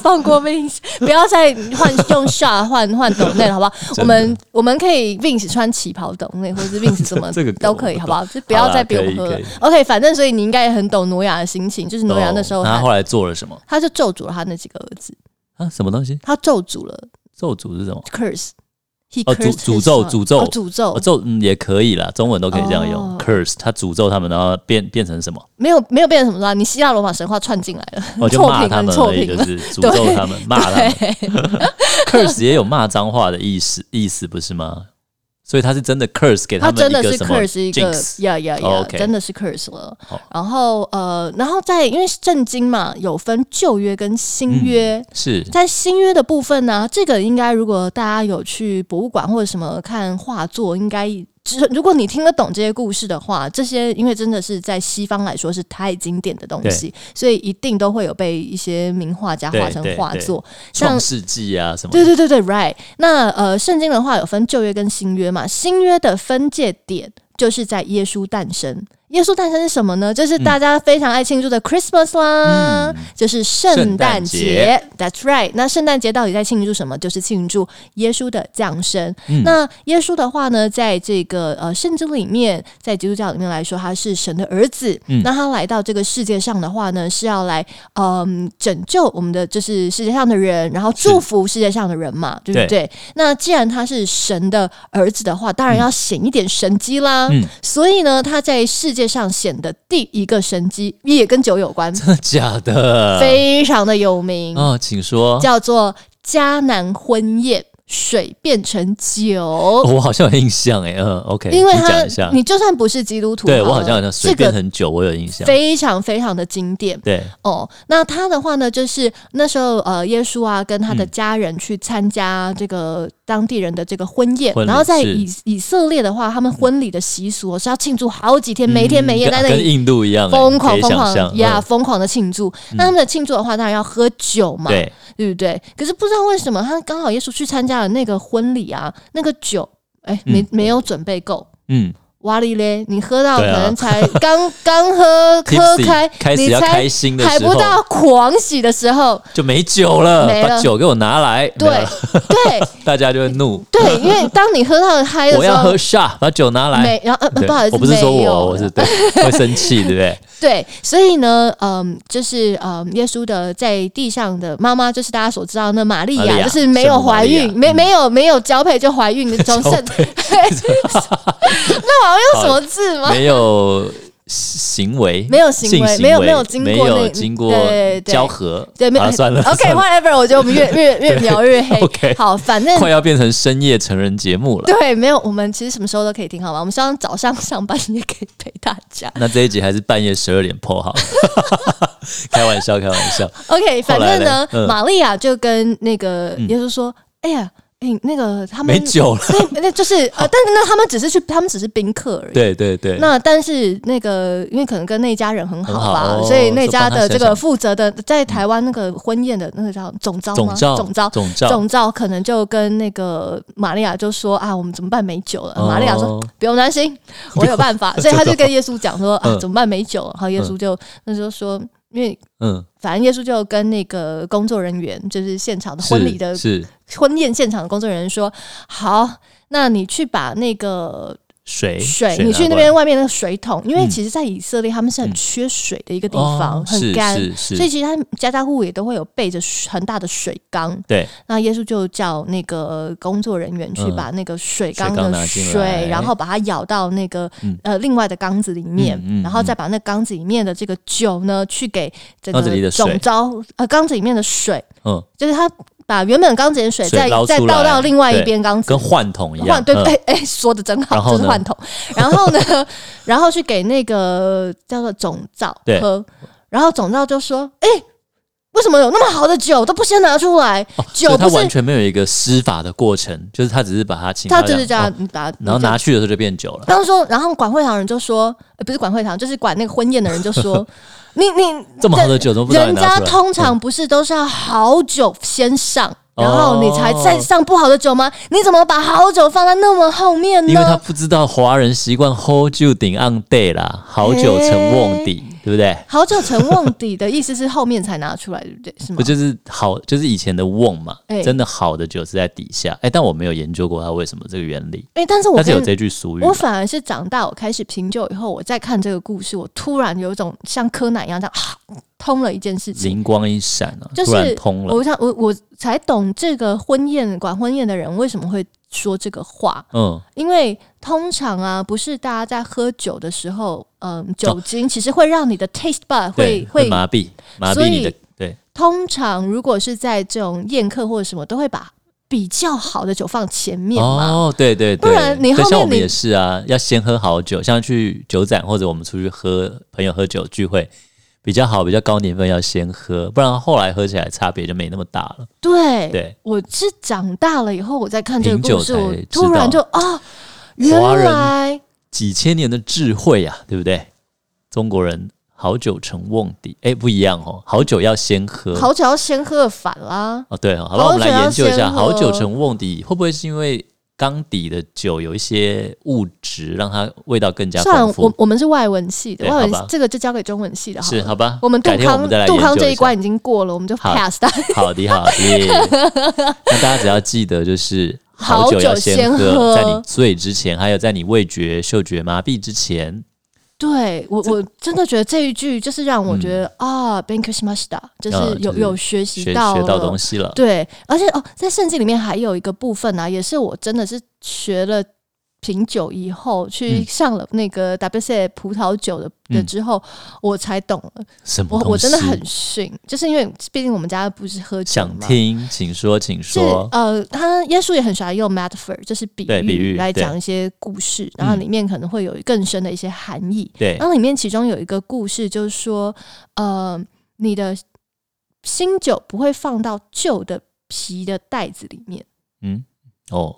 Speaker 2: 放过 Vince，不要再换用下换换抖内了，好不好？
Speaker 1: 的
Speaker 2: 我们我们可以 Vince 穿旗袍抖内，或者是 Vince 什么
Speaker 1: 这个梗
Speaker 2: 都可以，
Speaker 1: 我
Speaker 2: 好
Speaker 1: 不懂
Speaker 2: 不好？就不要再逼我喝
Speaker 1: 好啦
Speaker 2: 了
Speaker 1: 可以可以。
Speaker 2: OK，反正所以你应该也很懂挪亚的心情，就是挪亚那时候
Speaker 1: 他
Speaker 2: 他
Speaker 1: 后来做了什么
Speaker 2: 他就咒诅了他那几个儿子，
Speaker 1: 啊？什么东西？
Speaker 2: 他咒诅了
Speaker 1: 咒诅是什么？
Speaker 2: curse，he
Speaker 1: 哦诅
Speaker 2: cursed his
Speaker 1: 诅咒
Speaker 2: son
Speaker 1: 诅咒
Speaker 2: 哦诅咒
Speaker 1: 哦，咒嗯也可以啦，中文都可以这样用。
Speaker 2: 哦
Speaker 1: curse，他诅咒他们，然后变变成什 么？
Speaker 2: 没有没有变成什么啦？你希腊罗马神话串进来了，
Speaker 1: 哦，就
Speaker 2: 错
Speaker 1: 骂
Speaker 2: 评
Speaker 1: 他
Speaker 2: 了
Speaker 1: 们
Speaker 2: 错
Speaker 1: 而已，
Speaker 2: 评
Speaker 1: 就
Speaker 2: 了
Speaker 1: 是诅咒他们，骂他们。
Speaker 2: 对
Speaker 1: curse 也有骂脏话的意思，意思不是吗？所以他是真的 curse 给
Speaker 2: 他
Speaker 1: 们
Speaker 2: 真
Speaker 1: 一
Speaker 2: 的
Speaker 1: 个
Speaker 2: 是
Speaker 1: 什么
Speaker 2: curse 一个
Speaker 1: jinx，哦
Speaker 2: 呀呀呀，
Speaker 1: OK
Speaker 2: 真的是 curse 了
Speaker 1: 好。
Speaker 2: 然后呃，然后在因为圣经嘛，有分旧约跟
Speaker 1: 嗯
Speaker 2: 新约。
Speaker 1: 是
Speaker 2: 在新约的部分呢，这个应该如果大家有去博物馆或者什么看画作，应该只如果你听得懂这些故事的话，这些因为真的是在西方来说是太经典的东西，所以一定都会有被一些名画家画
Speaker 1: 对
Speaker 2: 成
Speaker 1: 对
Speaker 2: 画
Speaker 1: 对
Speaker 2: 作，像
Speaker 1: 创世纪啊什么的？
Speaker 2: 对对对对，right。那呃，圣经的话有分旧约跟新约嘛，新约的分界点就是在耶稣诞生。耶稣诞生是什么呢？就是大家非常爱庆祝的 Christmas 啦，就是圣诞节。That's right。那圣诞节到底在庆祝什么？就是庆祝耶稣的降生。
Speaker 1: 嗯
Speaker 2: 那耶稣的话呢，在这个呃圣经里面，在基督教里面来说，他是神的儿子。
Speaker 1: 嗯
Speaker 2: 那他来到这个世界上的话呢，是要来嗯拯救我们的就是世界上的人，然后祝福世界上的人
Speaker 1: 嗯
Speaker 2: 嘛，对不对？那既然他是神的儿子的话，当然要显一点神机啦。
Speaker 1: 嗯
Speaker 2: 所以呢，他在世界上显的第一个神机也跟酒有关，
Speaker 1: 真的 假的？
Speaker 2: 非常的有名，
Speaker 1: 呃哦，请说。
Speaker 2: 叫做迦南婚宴，水变成酒。
Speaker 1: 哦我好像有印象哎，嗯，OK，
Speaker 2: 因为
Speaker 1: 你
Speaker 2: 他
Speaker 1: 讲一下，
Speaker 2: 你就算不是基督徒好了，
Speaker 1: 对我好像有印象随
Speaker 2: 这
Speaker 1: 便
Speaker 2: 个
Speaker 1: 很久，我有印象。
Speaker 2: 非常非常的经典。
Speaker 1: 对，
Speaker 2: 哦，那他的话呢，就是那时候呃，耶稣啊跟他
Speaker 1: 嗯
Speaker 2: 的家人去参加这个当地人的这个婚宴，
Speaker 1: 婚礼
Speaker 2: 然后在
Speaker 1: 是
Speaker 2: 以以色列的话，他们婚礼的习俗哦是要庆祝好几天，每天每夜
Speaker 1: 嗯
Speaker 2: 在那
Speaker 1: 跟跟
Speaker 2: 里。
Speaker 1: 印度一样欸，
Speaker 2: 疯
Speaker 1: 可
Speaker 2: 狂
Speaker 1: 以
Speaker 2: 疯
Speaker 1: 想象
Speaker 2: 狂呀，
Speaker 1: 嗯
Speaker 2: 疯狂的庆祝。那他们的庆祝的话，当然要喝酒嘛，
Speaker 1: 对，
Speaker 2: 对不对？可是不知道为什么，他刚好耶稣去参加了那个婚礼啊，那个酒，哎，没
Speaker 1: 嗯
Speaker 2: 没有准备够，
Speaker 1: 嗯，
Speaker 2: 哇哩嘞，你喝到可
Speaker 1: 对啊
Speaker 2: 能才刚 刚喝喝
Speaker 1: Tipsy，
Speaker 2: 开，
Speaker 1: 开始
Speaker 2: 你
Speaker 1: 要开
Speaker 2: 才
Speaker 1: 心的
Speaker 2: 还
Speaker 1: 时候
Speaker 2: 不到狂喜的时候，
Speaker 1: 就没酒了，
Speaker 2: 没了
Speaker 1: 把酒给我拿来，
Speaker 2: 对
Speaker 1: 没有了
Speaker 2: 对
Speaker 1: 大家就会怒，
Speaker 2: 对，因为当你喝到嗨的
Speaker 1: 我
Speaker 2: 时
Speaker 1: 要
Speaker 2: 候
Speaker 1: 喝，shot，把酒拿来。
Speaker 2: 没，然后、呃、
Speaker 1: 对
Speaker 2: 不好意思，
Speaker 1: 我不是说
Speaker 2: 没有
Speaker 1: 我，我是对 会生气，对不对？
Speaker 2: 对，所以呢，嗯，就是嗯，耶稣的在地上的妈妈，就是大家所知道的那玛利
Speaker 1: 玛利
Speaker 2: 亚，
Speaker 1: 亚
Speaker 2: 就是没有怀
Speaker 1: 圣
Speaker 2: 孕，
Speaker 1: 母玛利亚嗯
Speaker 2: 没没有没有交配就怀孕的，从
Speaker 1: 交
Speaker 2: 圣，
Speaker 1: 配
Speaker 2: 那我要用什么字吗？
Speaker 1: 没有行为，
Speaker 2: 没有行为
Speaker 1: 性为
Speaker 2: 没有没有经过
Speaker 1: 没有
Speaker 2: 那
Speaker 1: 经过
Speaker 2: 对对
Speaker 1: 交合，
Speaker 2: 对，没有、
Speaker 1: 好了算了
Speaker 2: OK，
Speaker 1: 算了
Speaker 2: whatever，我觉得我们越越越描 越黑。
Speaker 1: OK
Speaker 2: 好，反正
Speaker 1: 快要变成深夜成人节目了。
Speaker 2: 对，没有，我们其实什么时候都可以听，好吗？我们希望早上上班也可以陪大家。
Speaker 1: 那这一集还是半夜十二点破好了，开玩笑，开玩笑。
Speaker 2: OK，
Speaker 1: 后
Speaker 2: 反
Speaker 1: 来
Speaker 2: 正呢
Speaker 1: 嘞，嗯
Speaker 2: 玛利亚就跟那个耶稣说：“哎呀，哎，那个他们
Speaker 1: 没酒了，
Speaker 2: 那那就是呃，但是呢，他们只是去，他们只是宾客而已。”
Speaker 1: 对对对，
Speaker 2: 那但是那个，因为可能跟那家人很好吧，
Speaker 1: 很好哦
Speaker 2: 所以那家
Speaker 1: 说帮他
Speaker 2: 的这
Speaker 1: 想
Speaker 2: 个
Speaker 1: 想
Speaker 2: 负责的，在台湾那个婚宴的那个叫总招
Speaker 1: 总
Speaker 2: 吗？
Speaker 1: 照
Speaker 2: 总招
Speaker 1: 总照
Speaker 2: 总召可能就跟那个玛利亚就说啊，我们怎么办没酒了？
Speaker 1: 哦
Speaker 2: 玛利亚说不用 担心，我有办法。所以他就跟耶稣讲说啊，怎么办没酒了？然后耶稣就那时候说，因为
Speaker 1: 嗯，
Speaker 2: 反正耶稣就跟那个工作人员，就是现场的
Speaker 1: 是
Speaker 2: 婚礼的
Speaker 1: 是
Speaker 2: 婚宴现场的工作人员说，好，那你去把那个。
Speaker 1: 水
Speaker 2: 水，
Speaker 1: 拿
Speaker 2: 你去
Speaker 1: 过
Speaker 2: 那
Speaker 1: 来
Speaker 2: 边外面那个水桶，因为
Speaker 1: 嗯
Speaker 2: 其实，在以色列他们是很缺水的一个地方，
Speaker 1: 哦
Speaker 2: 很
Speaker 1: 是
Speaker 2: 干，
Speaker 1: 是是，
Speaker 2: 所以其实他们家家户户也都会有备着水很大的水缸。
Speaker 1: 对
Speaker 2: 那耶稣就叫那个呃工作人员去
Speaker 1: 嗯
Speaker 2: 把那个
Speaker 1: 水
Speaker 2: 水缸
Speaker 1: 缸
Speaker 2: 的
Speaker 1: 拿进来哎
Speaker 2: 水，然后把它舀到那个、
Speaker 1: 嗯
Speaker 2: 呃另外的缸子里面，
Speaker 1: 嗯嗯
Speaker 2: 然后再把那缸子里面的这个酒呢，去给这
Speaker 1: 缸子里
Speaker 2: 个
Speaker 1: 的水
Speaker 2: 总招呃缸子里面的水，
Speaker 1: 嗯，
Speaker 2: 就是他把原本缸子里的水
Speaker 1: 水
Speaker 2: 再
Speaker 1: 捞出
Speaker 2: 再倒
Speaker 1: 来
Speaker 2: 到另外一
Speaker 1: 对
Speaker 2: 边缸子
Speaker 1: 跟换桶一样，
Speaker 2: 换对
Speaker 1: 嗯
Speaker 2: 哎哎、说的真
Speaker 1: 然
Speaker 2: 好，
Speaker 1: 后
Speaker 2: 就是
Speaker 1: 呢
Speaker 2: 换桶。然后 呢，然后去给那个叫做总造
Speaker 1: 对
Speaker 2: 喝，然后总造就说：“哎、为什么有那么好的酒都不先拿出来？
Speaker 1: 哦
Speaker 2: 酒
Speaker 1: 所以它
Speaker 2: 不是
Speaker 1: 完全没有一个施法的过程，就是他只是把它请
Speaker 2: 他
Speaker 1: 他
Speaker 2: 就是这样，你把
Speaker 1: 哦然后
Speaker 2: 你就
Speaker 1: 拿去的时候就变酒了。
Speaker 2: 当时说，然后管会堂人就说，呃不是管会堂，就是管那个婚宴的人 就说，你你
Speaker 1: 这么好的酒都不知道你
Speaker 2: 人
Speaker 1: 拿
Speaker 2: 家
Speaker 1: 出来，嗯
Speaker 2: 通常不是都是要好酒先上，
Speaker 1: 哦
Speaker 2: 然后你才再上不好的酒吗？你怎么把好酒放在那么后面呢？
Speaker 1: 因为他不知道华人习惯 hold 酒顶 on day 啦，好酒成瓮底，对不对？
Speaker 2: 好酒成瓮底的意思是后面才拿出来，对不对？是吗
Speaker 1: 不？就是好，就是以前的瓮嘛，
Speaker 2: 哎
Speaker 1: 真的好的酒是在底下。哎、但我没有研究过它为什么这个原理，
Speaker 2: 哎、但是我
Speaker 1: 但是有
Speaker 2: 跟
Speaker 1: 这句俗语嘛
Speaker 2: 我。反而是长大，我开始品酒以后，我再看这个故事，我突然有一种像柯南一样这样、啊、通了一件事情。
Speaker 1: 灵光一闪啊，
Speaker 2: 就是
Speaker 1: 突然通了。
Speaker 2: 我想，我我才懂这个婚宴管婚宴的人为什么会说这个话，
Speaker 1: 嗯，
Speaker 2: 因为通常啊，不是大家在喝酒的时候，嗯，酒精其实会让你的 taste bud
Speaker 1: 哦对，
Speaker 2: 会
Speaker 1: 会麻痹，麻
Speaker 2: 所
Speaker 1: 痹
Speaker 2: 以
Speaker 1: 你的，对，
Speaker 2: 通常如果是在这种宴客或者什么，都会把比较好的酒放前面嘛。
Speaker 1: 哦，对对对，
Speaker 2: 不然你
Speaker 1: 对
Speaker 2: 后
Speaker 1: 像
Speaker 2: 面
Speaker 1: 我们
Speaker 2: 你
Speaker 1: 也是啊，要先喝好酒，像去酒展或者我们出去喝朋友喝酒聚会。比较好，比较高年份要先喝，不然后来喝起来差别就没那么大了。
Speaker 2: 对，
Speaker 1: 对，
Speaker 2: 我是长大了以后，我在看这个故事，
Speaker 1: 品酒
Speaker 2: 我
Speaker 1: 才知道
Speaker 2: 突然就啊，原
Speaker 1: 华人
Speaker 2: 来
Speaker 1: 几千年的智慧呀、对不对？中国人好酒成瓮底，哎，不一样哦，好酒要先喝。
Speaker 2: 好酒要先喝反啦。
Speaker 1: 哦，对哦，好吧，我们来
Speaker 2: 酒要
Speaker 1: 研究一下
Speaker 2: 先
Speaker 1: 好酒
Speaker 2: 喝
Speaker 1: 成瓮底，会不会是因为缸底的酒有一些物质，让它味道更加
Speaker 2: 算了
Speaker 1: 丰，
Speaker 2: 我
Speaker 1: 富？
Speaker 2: 我们是外文系的，
Speaker 1: 对
Speaker 2: 外文
Speaker 1: 好吧
Speaker 2: 系这个就交给中文系的好
Speaker 1: 是，
Speaker 2: 了。
Speaker 1: 好吧，
Speaker 2: 我们杜
Speaker 1: 改天我
Speaker 2: 康
Speaker 1: 们再来
Speaker 2: 杜
Speaker 1: 研
Speaker 2: 康
Speaker 1: 究
Speaker 2: 这一
Speaker 1: 下
Speaker 2: 关已经过了，我 们就
Speaker 1: 好
Speaker 2: pass 它。
Speaker 1: 好的，好的。那大家只要记得，就是好酒要先
Speaker 2: 好酒先喝
Speaker 1: 在你醉之前，还有在你味觉、嗅觉麻痹之前，
Speaker 2: 对我，我真的觉得这一句就是让我觉得、啊 b a n k u s h m a s t a 就是
Speaker 1: 呃
Speaker 2: 有、
Speaker 1: 嗯就是
Speaker 2: 有学习
Speaker 1: 学学
Speaker 2: 到了
Speaker 1: 到东西了。
Speaker 2: 对，而且哦，在圣经里面还有一个部分啊，也是我真的是学了品酒以后，去
Speaker 1: 嗯
Speaker 2: 上了那个 WC 葡萄酒的的
Speaker 1: 嗯
Speaker 2: 之后，我才懂了。
Speaker 1: 什么
Speaker 2: 我
Speaker 1: 东西？
Speaker 2: 我真的很逊，就是因为毕竟我们家不是喝酒
Speaker 1: 想
Speaker 2: 嘛。
Speaker 1: 听，请说，请
Speaker 2: 是
Speaker 1: 说。
Speaker 2: 呃，他耶稣也很喜欢用 metaphor，就是比
Speaker 1: 对比喻
Speaker 2: 来
Speaker 1: 对
Speaker 2: 讲一些故事，然后里面可能会有更深的一些含义。
Speaker 1: 嗯对
Speaker 2: 然，后里面其中有一个故事，就是说，呃，你的新酒不会放到旧的皮的袋子里面。
Speaker 1: 嗯，哦，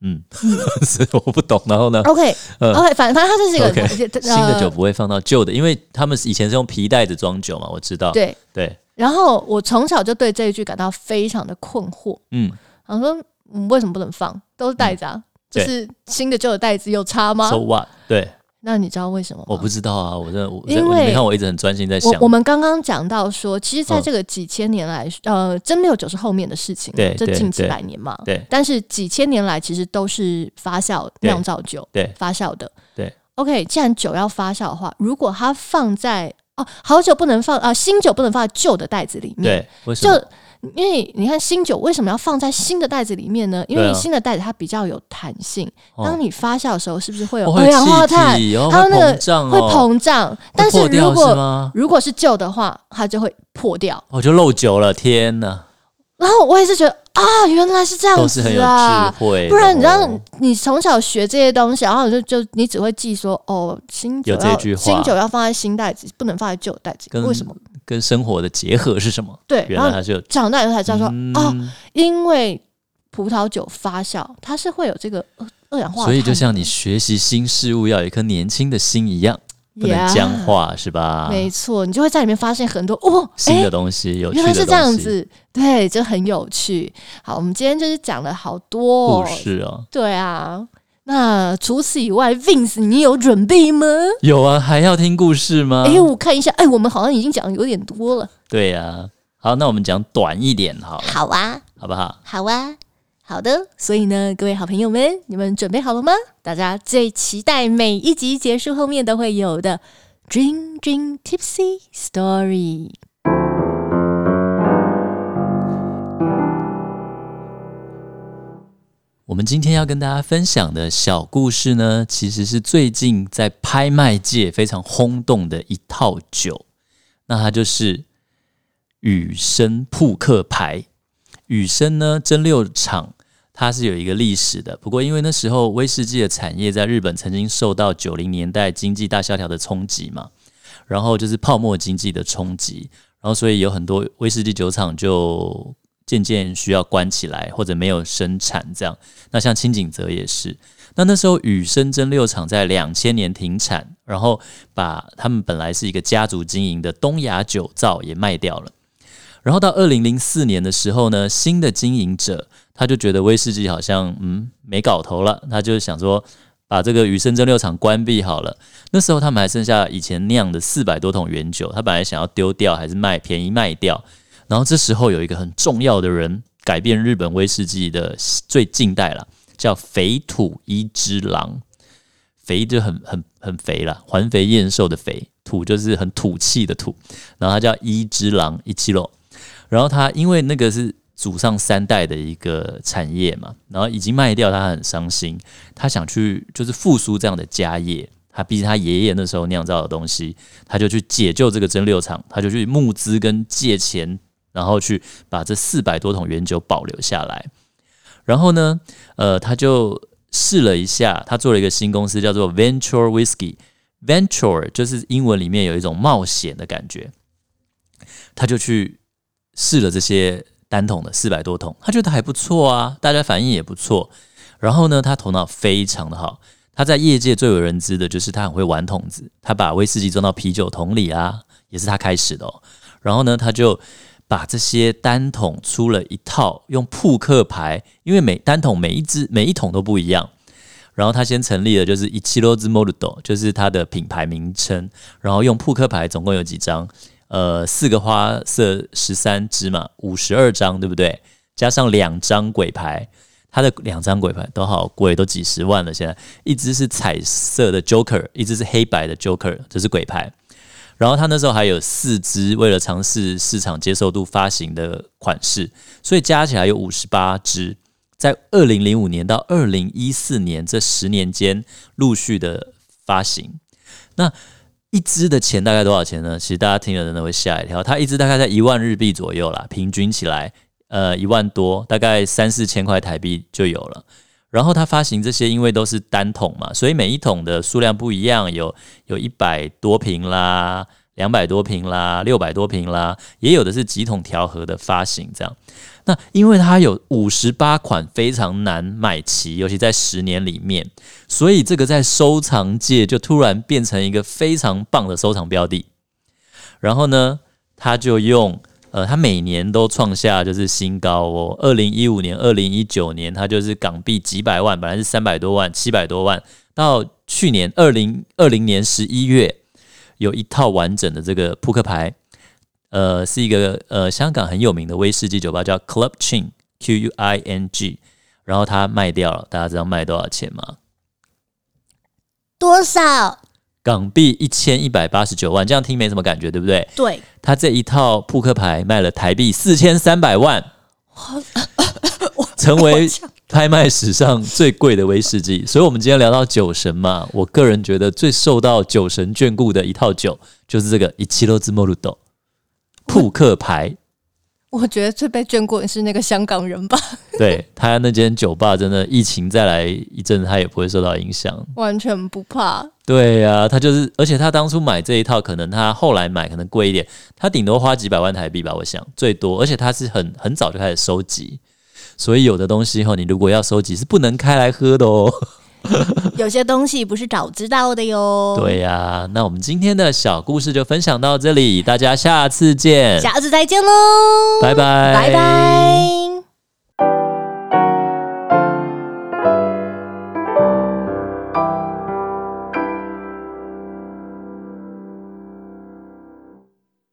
Speaker 1: 嗯， 是我不懂。然后呢，
Speaker 2: OK，OK，、
Speaker 1: 嗯
Speaker 2: OK，反正它就是一呃个
Speaker 1: OK，新的酒、不会放到旧的，因为他们以前是用皮袋子装酒嘛，我知道
Speaker 2: 呃。对。
Speaker 1: 对，
Speaker 2: 然后我从小就对这一句感到非常的困惑，
Speaker 1: 嗯，
Speaker 2: 然后说、嗯、为什么不能放？都是袋子啊，就
Speaker 1: 对
Speaker 2: 是新的旧的袋子有差吗
Speaker 1: so？what？对，
Speaker 2: 那你知道为什么吗？
Speaker 1: 我不知道啊，我真的，我
Speaker 2: 因为
Speaker 1: 你没看我一直很专心在想
Speaker 2: 我，我们刚刚讲到说，其实在
Speaker 1: 嗯
Speaker 2: 这个几千年来，呃，蒸馏酒是后面的事情，
Speaker 1: 对
Speaker 2: 这
Speaker 1: 对
Speaker 2: 近几
Speaker 1: 对
Speaker 2: 百年嘛，
Speaker 1: 对
Speaker 2: 但是几千年来，其实都是发酵
Speaker 1: 对
Speaker 2: 酿造酒
Speaker 1: 对
Speaker 2: 发酵的。
Speaker 1: 对
Speaker 2: ，OK，既然酒要发酵的话，如果它放在哦，好酒不能放啊、新酒不能放在旧的袋子里面。
Speaker 1: 对，为什
Speaker 2: 就
Speaker 1: 么？
Speaker 2: 因为你看新酒为什么要放在新的袋子里面呢？因为
Speaker 1: 对啊
Speaker 2: 你新的袋子它比较有弹性，
Speaker 1: 哦
Speaker 2: 当你发酵的时候，是不是会有
Speaker 1: 哦
Speaker 2: 二氧化碳，
Speaker 1: 气体哦
Speaker 2: 还有那个
Speaker 1: 会膨胀哦
Speaker 2: 会膨胀？但是
Speaker 1: 破掉
Speaker 2: 如果
Speaker 1: 吗？
Speaker 2: 如果是旧的话，它就会破掉。
Speaker 1: 我就漏酒了，天哪，
Speaker 2: 然后我也是觉得啊，原来是这样
Speaker 1: 都是很有
Speaker 2: 子
Speaker 1: 智
Speaker 2: 啊。
Speaker 1: 慧的哦，
Speaker 2: 不然你知道，你从小学这些东西，然后你就就你只会记说哦，新酒
Speaker 1: 有这
Speaker 2: 要
Speaker 1: 句话
Speaker 2: 新酒要放在新袋子，不能放在旧袋子。
Speaker 1: 跟
Speaker 2: 为什么？
Speaker 1: 跟生活的结合是什么？
Speaker 2: 对，
Speaker 1: 原
Speaker 2: 然
Speaker 1: 来
Speaker 2: 后
Speaker 1: 它是有
Speaker 2: 长大以后才知道说、
Speaker 1: 嗯
Speaker 2: 哦，因为葡萄酒发酵，它是会有这个二二氧化碳的，
Speaker 1: 所以就像你学习新事物要有一颗年轻的心一样，不能
Speaker 2: Yeah，
Speaker 1: 僵化，是吧？
Speaker 2: 没错，你就会在里面发现很多哦，哎、
Speaker 1: 新的东西，有趣
Speaker 2: 原
Speaker 1: 的东
Speaker 2: 来
Speaker 1: 西，
Speaker 2: 是这样子，对，就很有趣。好，我们今天就是讲了好多、
Speaker 1: 故
Speaker 2: 哦，
Speaker 1: 事哦。
Speaker 2: 对啊。那除此以外，Vince，你有准备吗？
Speaker 1: 有啊，还要听故事吗？
Speaker 2: 哎、我看一下，哎、我们好像已经讲的有点多了。
Speaker 1: 啊对呀、好，那我们讲短一点好了，
Speaker 2: 好啊，
Speaker 1: 好不好？
Speaker 2: 好啊，好的，所以呢，各位好朋友们，你们准备好了吗？大家最期待每一集结束后面都会有的 Dream Dream Tipsy Story。
Speaker 1: 我们今天要跟大家分享的小故事呢，其实是最近在拍卖界非常轰动的一套酒，那它就是雨生扑克牌。雨生呢，蒸馏厂它是有一个历史的，不过因为那时候威士忌的产业在日本曾经受到九零年代经济大萧条的冲击嘛，然后就是泡沫经济的冲击，然后所以有很多威士忌酒厂就渐渐需要关起来或者没有生产这样。那像清井泽也是。那那时候雨生蒸馏厂在两千年停产，然后把他们本来是一个家族经营的东亚酒造也卖掉了。然后到二零零四年的时候呢，新的经营者他就觉得威士忌好像嗯没搞头了，他就想说把这个雨生蒸馏厂关闭好了。那时候他们还剩下以前酿的四百多桶原酒，他本来想要丢掉还是卖便宜卖掉。然后这时候有一个很重要的人改变日本威士忌的最近代了，叫肥土一之郎。肥就很很很肥啦，环肥燕瘦的肥，土就是很土气的土。然后他叫一之郎一七楼，然后他因为那个是祖上三代的一个产业嘛，然后已经卖掉，他很伤心，他想去就是复苏这样的家业。他毕竟他爷爷那时候酿造的东西，他就去解救这个蒸馏厂，他就去募资跟借钱，然后去把这四百多桶原酒保留下来。然后呢，呃，他就试了一下，他做了一个新公司，叫做 Venture Whisky。Venture 就是英文里面有一种冒险的感觉，他就去试了这些单桶的四百多桶，他觉得还不错啊，大家反应也不错。然后呢，他头脑非常的好，他在业界最为人知的就是他很会玩桶子，他把威士忌装到啤酒桶里啊，也是他开始的、哦。然后呢，他就把这些单桶出了一套，用扑克牌，因为每单桶每一只每一桶都不一样。然后他先成立了就是一七罗兹莫鲁斗，就是他的品牌名称。然后用扑克牌，总共有几张？呃，四个花色十三支嘛，五十二张，对不对？加上两张鬼牌，它的两张鬼牌都好贵，都几十万了。现在一只是彩色的 Joker，一只是黑白的 Joker，这是鬼牌。然后他那时候还有四支为了尝试市场接受度发行的款式，所以加起来有五十八支。在二零零五年到二零一四年这十年间陆续的发行，那一支的钱大概多少钱呢？其实大家听了真的会吓一跳，它一支大概在一万日币左右啦，平均起来，呃，一万多，大概三四千块台币就有了。然后它发行这些，因为都是单桶嘛，所以每一桶的数量不一样，有有一百多瓶啦，两百多瓶啦，六百多瓶啦，也有的是几桶调和的发行这样。那因为它有五十八款非常难买齐，尤其在十年里面，所以这个在收藏界就突然变成一个非常棒的收藏标的。然后呢，他就用呃，他每年都创下就是新高哦。二零一五年、二零一九年，它就是港币几百万，本来是三百多万、七百多万，到去年二零二零年十一月，有一套完整的这个扑克牌，呃，是一个呃香港很有名的威士忌酒吧，叫 Club Ching Q U I N G，然后它卖掉了，大家知道卖多少钱吗？
Speaker 3: 多少？
Speaker 1: 港币一千一百八十九万，这样听没什么感觉，对不对？
Speaker 3: 对，
Speaker 1: 他这一套扑克牌卖了台币四千三百万，成为拍卖史上最贵的威士忌。所以，我们今天聊到酒神嘛，我个人觉得最受到酒神眷顾的一套酒就是这个一七六之莫鲁斗扑克牌。
Speaker 4: 我觉得最被眷顾的是那个香港人吧，
Speaker 1: 对他那间酒吧，真的疫情再来一阵，他也不会受到影响。
Speaker 4: 完全不怕。
Speaker 1: 对呀、他就是，而且他当初买这一套，可能他后来买可能贵一点，他顶多花几百万台币吧，我想最多。而且他是很很早就开始收集，所以有的东西哈，你如果要收集是不能开来喝的哦。
Speaker 3: 有些东西不是早知道的哟。，
Speaker 1: 对呀、那我们今天的小故事就分享到这里，大家下次见，
Speaker 3: 下次再见喽，
Speaker 1: 拜拜，
Speaker 3: 拜拜。